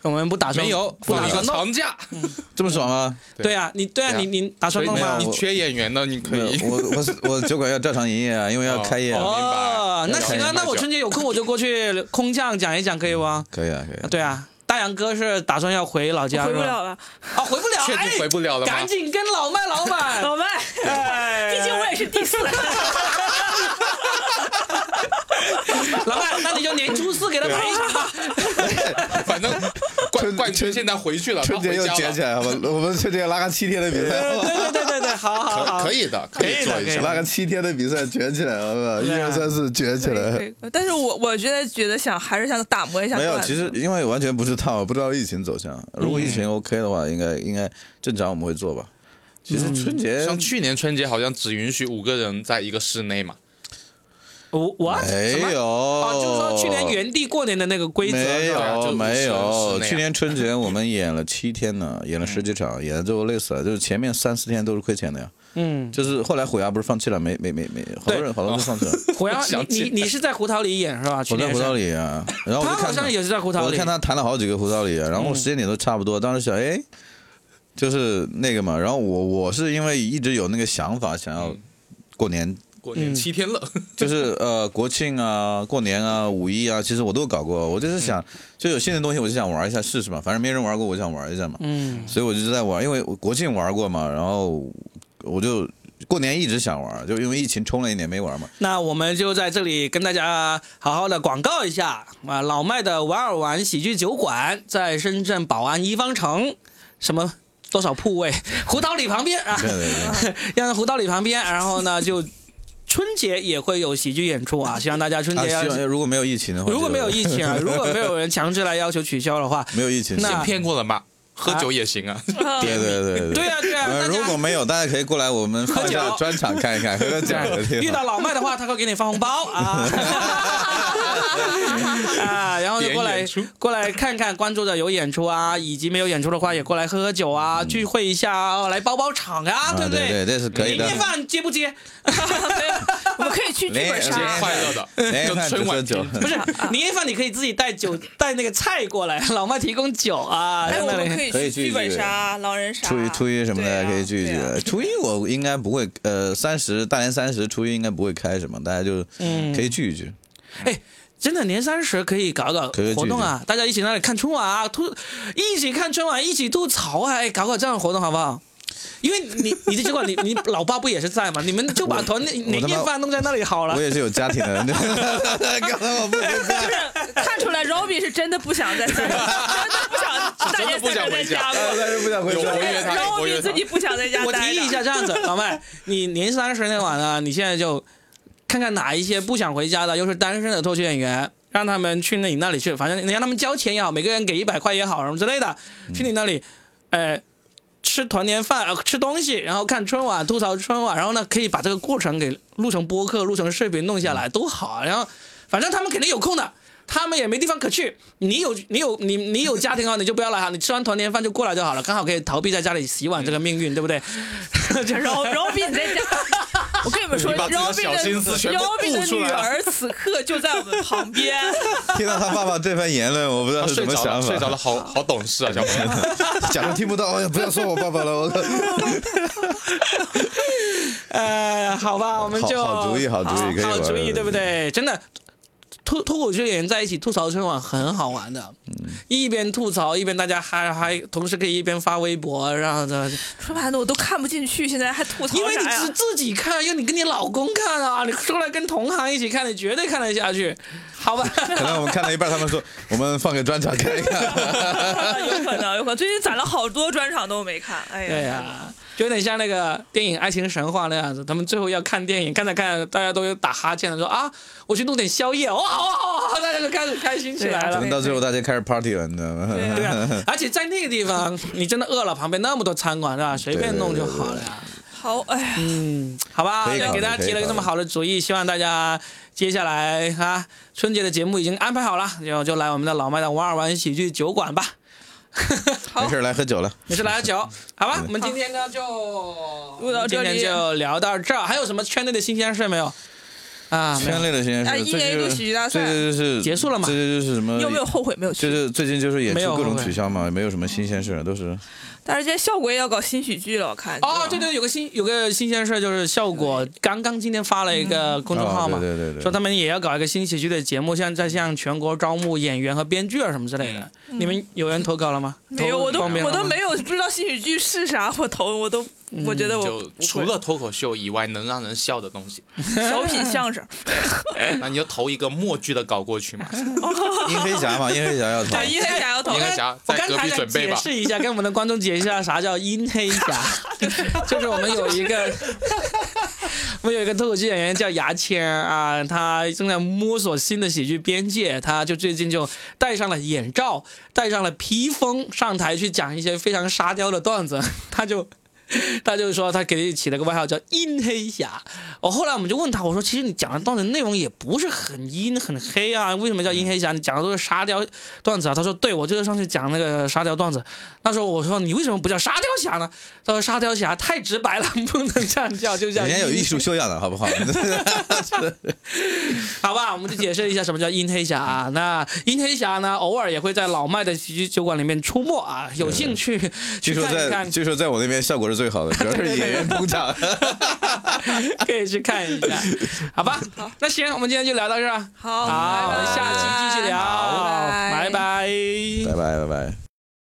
我们不打算
没有
不
放
打
一个
算弄。
长假，
这么爽吗？
对啊，你对啊，
对啊
你你打
所
算
以
弄吗
没
你
有？
缺演员 呢，你可以
我我是我酒馆要照常营业啊，因为要开业啊。
哦
哦，
明白
那行啊，那我春节有空我就过去空降讲一讲，可以吗？
可以啊，可以啊。
对啊，大杨哥是打算要回老家
回
是
不
吧？
了了，
啊，回不了，
确定回不了了
哎
吗
赶？紧跟老麦老 板，
老麦，
哎
毕竟我也 是第四，
老麦，那你就年初四给他拍一场吧。
反正
春
冠冠军
春
现在回去了，
春节又
他回
卷
家了
起来好吧？我们春节拉个七天的比赛，好
嗯
吧
对对对对对，好好好，
可可以的，可以做一
哎可以的可以
下
的。
拉个七天的比赛卷起来，好吧？一
对啊
二三四卷起来。
对但是我我觉得觉得想还是想打磨一下
没有，
段子
其实 因为完全不知道，不知道疫情走向。如果疫情 OK 的话，应该应该正常我们会做吧。其实春节
嗯像去年春节好像只允许五个人在一个室内嘛，
我我什么
没有
哦，就是说去年原地过年的那个规则
没
是吧
啊
有
就
没
是是
有，
那样
去年春 节我们演了七天呢，演了十几场，演的最后累死了，就是前面三四天都是亏钱的呀。
嗯，
就是后来虎牙不是放弃了，没没没没，好多人好多人
哦
都 放弃了。
虎牙
我想，
你
起
你你是在胡桃里演是吧？去
我
年
在
是
胡桃，里啊，然后我
他
就看
好像也是在胡桃
我
里。嗯
看他弹了好几个胡桃里，啊然后时间点都差不多，当时想，哎，就是那个嘛。然后我我是因为一直有那个想法，想要
嗯
过年，
过年七天了，
就是呃国庆啊、过年啊、五一啊，其实我都搞过。我就是想，就有新的东西，我就想玩一下试试嘛。反正没人玩过，我想玩一下嘛。
嗯
所以我就在玩，因为我国庆玩过嘛，然后我就过年一直想玩，就因为疫情冲了一年没玩嘛。
那我们就在这里跟大家好好的广告一下啊，老麦的玩尔玩喜剧酒馆在深圳宝安一方城，什么多少铺位？胡桃里旁边啊，
对对对。
让胡桃里旁边，然后呢就春节也会有喜剧演出啊，希望大家春
啊，
节要
希。望如果没有疫情的话，
如果没有疫情 啊，如果没有人强制来要求取消的话，
没有疫情，
那
是
骗过了嘛？喝酒也行啊，
对对 对对
对啊对啊
呃
大家
如果没有，大家可以过来我们放一
喝
下
酒
专场看一看，喝个酒。我的天
遇
哪
到老麦的话，他会给你发红包啊。 啊，然后就过
点
来
演出
过来看看，关注着有演出啊，以及没有演出的话也过来喝喝酒啊，聚会一下啊，来包包场啊，
嗯啊
不
对对，这是可以
年
的
夜。饭接不接？
我们可以去剧本
直接
连
杀。
快乐的，
哎，
跟
看
春
喝
晚
酒，
不 是年夜饭，你可以自己带酒带那个菜过来，老麦提供酒啊。
哎，
在
我
那
们
里
可以
可以去
去剧本
剧本
杀、狼人杀、
初一初一什么
对
的
啊
可以聚一聚
对啊。
初一我应该不会，呃，三十大年三十，初一应该不会开什么，大家就可以聚一聚。
哎真的年三十可以搞搞
可以
活动啊，大家一起在那里看春晚啊，吐一起看春晚，一起吐槽啊，哎，搞搞这样的活动好不好？因为你你的结果你你老爸不也是在嘛？你们就把团年
我他妈
年夜饭弄在那里好了
我。也是有家庭的人，刚才我不回家。
看出来 Robbie 是真的不想在家， 真的不想大年三十在家
我
过。
但是不想回
有回
家。
约他，有回
Robbie
约他
自。己不想在家
我
待
提议一下
着。
这样子，老麦，你年三十那晚呢，你现在就看看哪一些不想回家的，又是单身的脱口演员，让他们去那你那里去，反正你让他们交钱也好，每个人给一百块也好，什么之类的，去你那里，呃，吃团年饭、呃吃东西，然后看春晚，吐槽春晚，然后呢，可以把这个过程给录成播客、录成视频弄下来，多好啊！然后，反正他们肯定有空的。他们也没地方可去，你有你有你你有家庭啊，你就不要来哈，你吃完团年饭就过来就好了，刚好可以逃避在家里洗碗这个命运，对不对？
Rob- Robbie 你在家，我跟你们说
你把自己的小心思
，Robbie
全
的
部
Robbie
吐
的
出
女
来
儿此刻就在我们旁 边。
听到他爸爸这番言论，我不知道
他
是 啊
睡
什么
着
想
了，
法。
睡着了，好好懂事啊，小朋友。
假装听不到，哎呀，不要说我爸爸了，我靠。
呃，好吧，我们就
好好主意好主意可以
好
玩
主
玩
意，
玩
对不对？真的，脱脱口秀演员在一起吐槽春晚很好玩的，
嗯
一边吐槽一边大家嗨嗨，同时可以一边发微博，然后呢，
说白了，我都看不进去，现在还吐槽
因为你
啥呀
是？自己看，又你跟你老公看啊，你出来跟同行一起看，你绝对看得下去，好吧？
可能我们看到一半，他们说我们放个专场看一看。
有可能，有可能，最近攒了好多专场都没看。哎 呀，
对呀、就有点像那个电影《爱情神话》那样子，他们最后要看电影，看着看着，大家都有打哈欠的，说啊，我去弄点宵夜，哇哦哇哇，大家就开始开心起来
对
了
啊
可。能到最后大家开始 party 了，你知道吗？
对
对啊，而且在那个地方，你真的饿了，旁边那么多餐馆是吧？随便弄就好了呀。
好，哎呀，
嗯，好吧，
可以考虑
给大家提了一个这么好的主意，希望大家接下来啊，春节的节目已经安排好了，然后就来我们的老麦的玩尔玩喜剧酒馆吧。
没事，来喝酒了。
没事，来喝 酒，好
嗯
吧？我们今天呢就
录到这里
今天就聊到这儿。还有什么圈内的新鲜事没有？啊，没有
圈内的实验
哎
室，
一
最近
年一
就
度
是
喜剧大赛
最近就是
结束了嘛
最近就是什么？
你有没有后悔没有
就
去？
是最近就是演
没有
出各种
后悔
取消嘛，也没有什么新鲜事，都是
但是今天效果也要搞新喜剧了，我看。
哦，对对，有个新有个新鲜事儿就是效果刚刚今天发了一个公众号嘛，
哦对对对对
说他们也要搞一个新喜剧的节目，像在向全国招募演员和编剧啊什么之类的。你们有人投稿了吗？
嗯没有，
投
我都
报名了
我都
吗嗯
没有不知道新喜剧是啥，我头我都我觉得我
就除了脱口秀以外，能让人笑的东西，
小品相
嗯
声，
那你就投一个默剧的搞过去嘛。
鹰飞侠 嘛，鹰飞侠要逃。
对，因为想要投
我
应
刚
该
才
侠
我
在
刚
隔
才
壁
想
准备
解
吧
释一下，跟我们的观众解释一下啥叫阴黑侠， 就是我们有一个。 我们有一个脱口秀演员叫牙签儿啊，他正在摸索新的喜剧边界，他就最近就戴上了眼罩，戴上了披风，上台去讲一些非常沙雕的段子，他就 他就说他给自己起了个外号叫“阴黑侠”。我后来我们就问他，我说其实你讲的段子内容也不是很阴很黑啊，为什么叫阴黑侠？你讲的都是沙雕段子啊。他说对，我就是上去讲那个沙雕段子。那时候我说你为什么不叫沙雕侠呢？他说沙雕侠太直白了，不能这样叫，就叫
人家有
阴
艺术修养的好不好？
好吧，我们就解释一下什么叫阴黑侠啊。那阴黑侠呢，偶尔也会在老麦的喜剧酒馆里面出没啊。有兴趣去
据说
看一
嗯在
看，
据说在我那边效果是最好的，主要是演员 捧场。
可以去看一下，好吧？那行，我们今天就聊到这儿啊。
好，
好，我们下期继续聊，
拜拜
拜拜
拜拜拜拜。